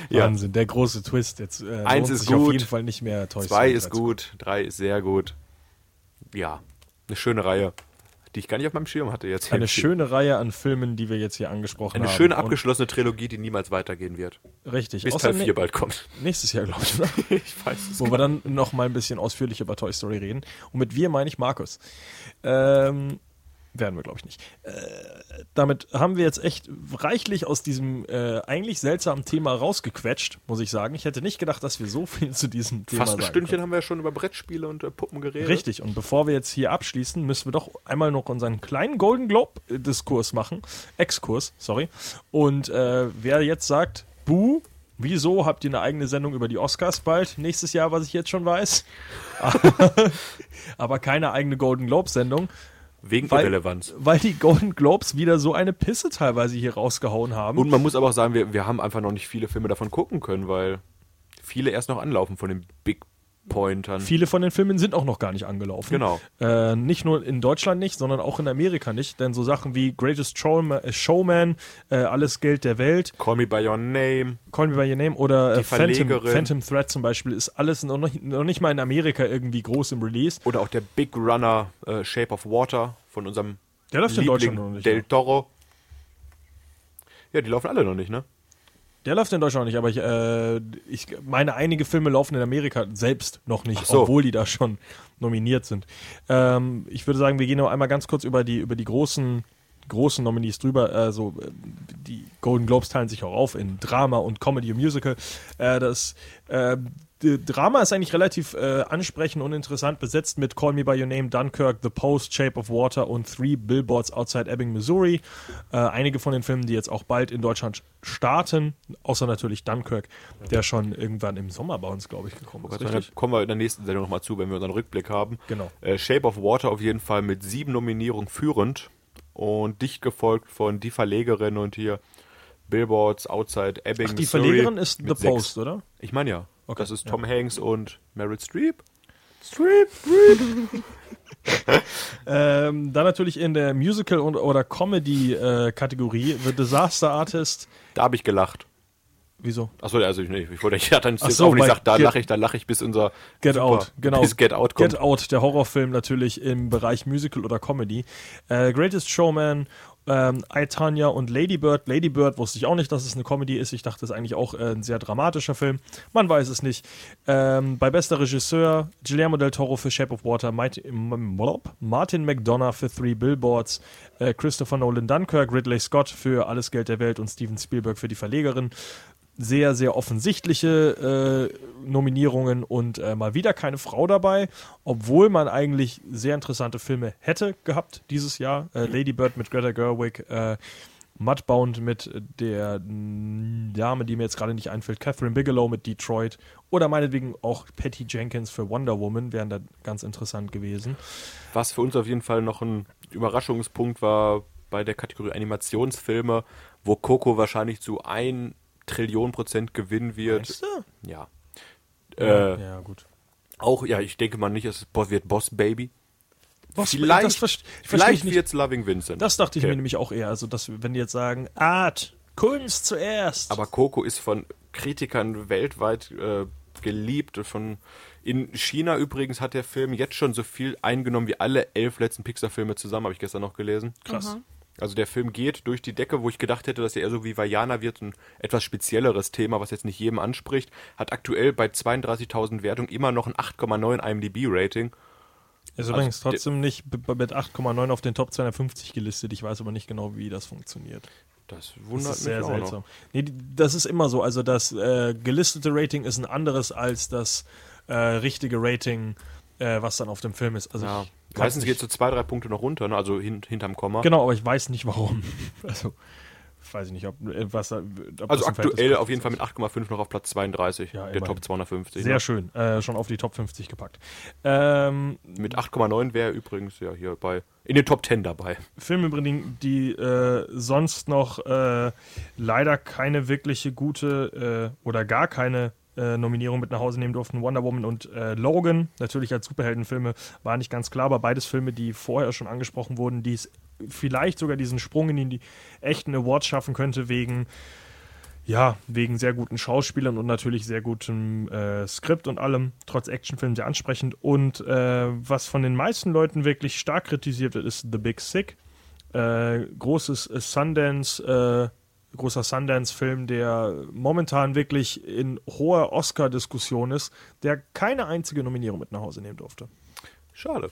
ja, Wahnsinn, der große Twist. Jetzt äh, Eins lohnt ist sich auf gut. jeden Fall nicht also. mehr Toy zwei Story ist dazu. gut, drei ist sehr gut. Ja, eine schöne Reihe, die ich gar nicht auf meinem Schirm hatte jetzt. Eine schöne Reihe an Filmen, die wir jetzt hier angesprochen Eine haben. schöne Und- abgeschlossene Trilogie, die niemals weitergehen wird. Richtig. Bis Außer Teil ne- 4 bald kommt. Nächstes Jahr, glaube ich. Oder? <laughs> Ich weiß es Wo wir dann noch mal ein bisschen ausführlich über Toy Story reden. Und mit wir meine ich Markus. Ähm, werden wir, glaube ich, nicht. Äh, damit haben wir jetzt echt reichlich aus diesem äh, eigentlich seltsamen Thema rausgequetscht, muss ich sagen. Ich hätte nicht gedacht, dass wir so viel zu diesem Thema Fast ein sagen Stündchen können. haben wir ja schon über Brettspiele und äh, Puppen geredet. Richtig. Und bevor wir jetzt hier abschließen, müssen wir doch einmal noch unseren kleinen Golden Globe-Diskurs machen. Exkurs, sorry. Und äh, wer jetzt sagt, buh, wieso habt ihr eine eigene Sendung über die Oscars bald nächstes Jahr, <laughs> was ich jetzt schon weiß? aber keine eigene Golden Globe-Sendung. Wegen weil, Irrelevanz. weil die Golden Globes wieder so eine Pisse teilweise hier rausgehauen haben. Und man muss aber auch sagen, wir, wir haben einfach noch nicht viele Filme davon gucken können, weil viele erst noch anlaufen von den Big Pointern. Viele von den Filmen sind auch noch gar nicht angelaufen. Genau. Äh, nicht nur in Deutschland nicht, sondern auch in Amerika nicht. Denn so Sachen wie Greatest Showma- äh, Showman, äh, Alles Geld der Welt, Call Me By Your Name. Call Me By Your Name oder äh, Die Phantom, Verlegerin. Phantom Thread zum Beispiel ist alles noch nicht, noch nicht mal in Amerika irgendwie groß im Release. Oder auch der Big Runner äh, Shape of Water von unserem Der läuft in Liebling Deutschland noch nicht, Del ja. Toro. Ja, die laufen alle noch nicht, ne? Der läuft in Deutschland noch nicht, aber ich, äh, ich meine, einige Filme laufen in Amerika selbst noch nicht, so. obwohl die da schon nominiert sind. Ähm, ich würde sagen, wir gehen noch einmal ganz kurz über die, über die großen, großen Nominees drüber. Also äh, die Golden Globes teilen sich auch auf in Drama und Comedy und Musical. Äh, das äh, d- Drama ist eigentlich relativ äh, ansprechend und interessant besetzt mit Call Me By Your Name, Dunkirk, The Post, Shape of Water und Three Billboards Outside Ebbing, Missouri. Äh, einige von den Filmen, die jetzt auch bald in Deutschland starten, außer natürlich Dunkirk, der schon irgendwann im Sommer bei uns, glaube ich, gekommen ist. Also, da Richtig? kommen wir in der nächsten Sendung nochmal zu, wenn wir unseren Rückblick haben. Genau. Äh, Shape of Water auf jeden Fall mit sieben Nominierungen führend und dicht gefolgt von Die Verlegerin und hier Billboards Outside Ebbing. Ach, die Missouri Verlegerin ist The mit sechs. Post, oder? Ich meine ja. Okay, Das ist ja. Tom Hanks und Meryl Streep. Ähm, dann natürlich in der Musical- und, oder Comedy-Kategorie The Disaster Artist. Da habe ich gelacht. Wieso? Achso, also ich, nee, ich wollte <laughs> ich hatte jetzt Ach so, auch nicht bei gesagt, da Get- lache ich, da lache ich bis unser Get super- Out, genau. bis Get Out kommt. Get Out, der Horrorfilm natürlich im Bereich Musical oder Comedy. Äh, Greatest Showman, ähm, I, Tanya und Lady Bird. Lady Bird wusste ich auch nicht, dass es eine Comedy ist. Ich dachte, es ist eigentlich auch äh, ein sehr dramatischer Film. Man weiß es nicht. Ähm, bei bester Regisseur Guillermo del Toro für Shape of Water, Mighty- M- M- Blop, Martin McDonough für Three Billboards, äh, Christopher Nolan Dunkirk, Ridley Scott für Alles Geld der Welt und Steven Spielberg für Die Verlegerin sehr, sehr offensichtliche äh, Nominierungen und äh, mal wieder keine Frau dabei, obwohl man eigentlich sehr interessante Filme hätte gehabt dieses Jahr. Äh, Lady Bird mit Greta Gerwig, äh, Mudbound mit der mm, Dame, die mir jetzt gerade nicht einfällt, Catherine Bigelow mit Detroit oder meinetwegen auch Patty Jenkins für Wonder Woman wären da ganz interessant gewesen. Was für uns auf jeden Fall noch ein Überraschungspunkt war bei der Kategorie Animationsfilme, wo Coco wahrscheinlich zu 1 Trillion Prozent gewinnen wird. Ja. Äh, ja, gut. Auch, ja, ich denke mal nicht, es ist- wird Boss Baby. Was, das vielleicht verste- verstehe ich vielleicht nicht. wird's Loving Vincent. Das dachte ich Okay. mir nämlich auch eher. Also, dass, wenn die jetzt sagen, Art, Kunst zuerst. Aber Coco ist von Kritikern weltweit äh, geliebt. und Von in China übrigens hat der Film jetzt schon so viel eingenommen wie alle elf letzten Pixar-Filme zusammen, habe ich gestern noch gelesen. Krass. Also der Film geht durch die Decke, wo ich gedacht hätte, dass er eher so wie Vajana wird, ein etwas spezielleres Thema, was jetzt nicht jedem anspricht, hat aktuell bei 32.000 Wertungen immer noch ein 8,9 IMDb-Rating. Ist übrigens Also, trotzdem nicht b- b- mit 8,9 auf den Top 250 gelistet. Ich weiß aber nicht genau, wie das funktioniert. Das Das wundert ist sehr mich auch seltsam. noch. Nee, die- das ist immer so. Also das äh, gelistete Rating ist ein anderes als das äh, richtige Rating, äh, was dann auf dem Film ist. Also Ja. ich kann's Meistens nicht- geht es so zwei, drei Punkte noch runter, ne? also hin, hinterm Komma. Genau, aber ich weiß nicht warum. <laughs> Also ich weiß ich nicht, ob, äh, was, da- ob das Also im Verhältnis aktuell ist. auf jeden Fall mit 8,5 noch auf Platz 32, Ja, der immerhin. Top 250. Sehr ne? schön, äh, schon auf die Top 50 gepackt. Ähm, Mit 8,9 wäre übrigens ja hier bei in den Top 10 dabei. Filme bringen, die äh, sonst noch äh, leider keine wirkliche gute äh, oder gar keine äh, Nominierung mit nach Hause nehmen durften. Wonder Woman und äh, Logan, natürlich als Superheldenfilme, war nicht ganz klar, aber beides Filme, die vorher schon angesprochen wurden, die es vielleicht sogar diesen Sprung in die echten Awards schaffen könnte, wegen ja, wegen sehr guten Schauspielern und natürlich sehr gutem äh, Skript und allem, trotz Actionfilm sehr ansprechend. Und äh, was von den meisten Leuten wirklich stark kritisiert wird, ist The Big Sick. Äh, großes äh, Sundance, äh, großer Sundance-Film, der momentan wirklich in hoher Oscar-Diskussion ist, der keine einzige Nominierung mit nach Hause nehmen durfte. Schade.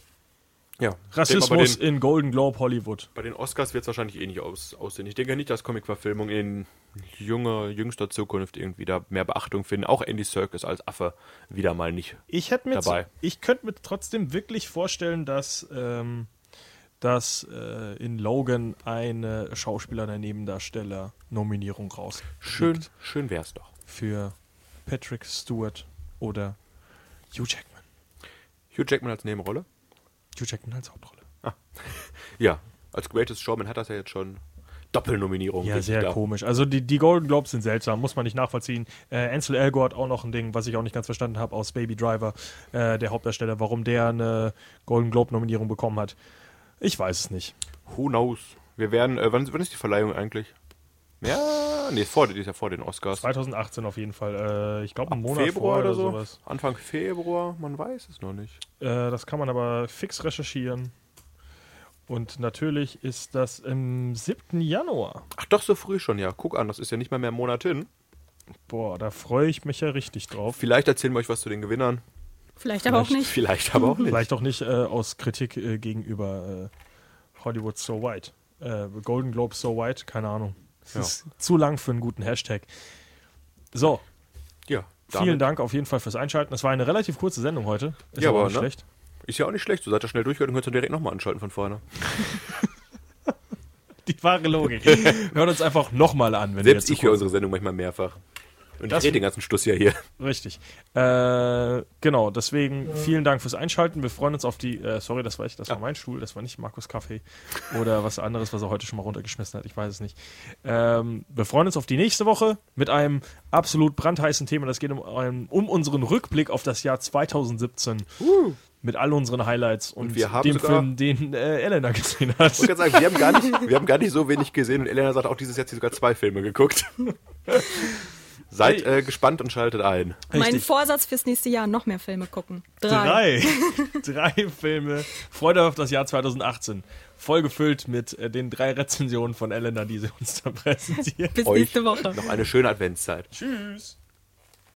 Ja. Ich Rassismus denke mal, in Golden Globe Hollywood. Bei den, bei den Oscars wird es wahrscheinlich ähnlich aus, aussehen. Ich denke nicht, dass Comicverfilmung in junger, jüngster Zukunft irgendwie da mehr Beachtung finden. Auch Andy Serkis als Affe wieder mal nicht. Ich hätte mir dabei. Zu, ich könnte mir trotzdem wirklich vorstellen, dass, ähm, dass äh, in Logan eine Schauspieler der Nebendarsteller Nominierung raus Schön, schön wär's doch. für Patrick Stewart oder Hugh Jackman. Hugh Jackman als Nebenrolle. Hugh Jackman als Hauptrolle. Ja, als Greatest Showman hat das ja jetzt schon Doppelnominierung. Ja, wirklich sehr da. komisch. Also die, die Golden Globes sind seltsam, muss man nicht nachvollziehen. Äh, Ansel Elgort auch noch ein Ding, was ich auch nicht ganz verstanden habe, aus Baby Driver, äh, der Hauptdarsteller, warum der eine Golden Globe-Nominierung bekommen hat. Ich weiß es nicht. Who knows? Wir werden, äh, wann, wann ist die Verleihung eigentlich? Ja, nee, ist vor, die ist ja vor den Oscars. 2018 auf jeden Fall. Äh, ich glaube, einen Monat Februar vorher oder oder so? sowas. Anfang Februar, man weiß es noch nicht. Äh, das kann man aber fix recherchieren. Und natürlich ist das im 7. Januar. Ach doch, so früh schon, ja. Guck an, das ist ja nicht mal mehr ein Monat hin. Boah, da freue ich mich ja richtig drauf. Vielleicht erzählen wir euch was zu den Gewinnern. Vielleicht aber auch <laughs> nicht. Vielleicht aber auch nicht. Vielleicht auch nicht äh, aus Kritik äh, gegenüber äh, Hollywood So White. Äh, Golden Globe So White, keine Ahnung. Das Ja. ist zu lang für einen guten Hashtag. So, Ja, vielen Dank auf jeden Fall fürs Einschalten. Es war eine relativ kurze Sendung heute. Ist Ja, aber, nicht ne? schlecht. Ist ja auch nicht schlecht. So seid ihr schnell durchgehört und könnt ihr direkt nochmal anschalten von vorne. Die wahre <laughs> Logik. Wir hören uns einfach nochmal an, wenn Selbst ihr ich höre unsere Sendung manchmal mehrfach. Und ich rede den ganzen Stuss ja hier. Richtig. Äh, genau, deswegen vielen Dank fürs Einschalten. Wir freuen uns auf die. Äh, sorry, das war ich, das war mein Stuhl, das war nicht Markus Kaffee oder was anderes, was er heute schon mal runtergeschmissen hat. Ich weiß es nicht. Ähm, wir freuen uns auf die nächste Woche mit einem absolut brandheißen Thema. Das geht um, einen- um unseren Rückblick auf das Jahr 2017. Mit all unseren Highlights und, wir haben dem sogar- Film, den äh, Elena gesehen hat. Ich kann sagen, wir haben, gar <laughs> nicht, wir haben gar nicht so wenig gesehen und Elena sagt auch dieses Jahr hat sie sogar zwei Filme <laughs> geguckt. Seid äh, gespannt und schaltet ein. Mein Richtig. Vorsatz fürs nächste Jahr, noch mehr Filme gucken. Drei. Drei. drei <laughs> Filme. Freude auf das Jahr 2018. Vollgefüllt mit äh, den drei Rezensionen von Elena, die sie uns da präsentiert. Bis Euch nächste Woche. Noch eine schöne Adventszeit. Tschüss.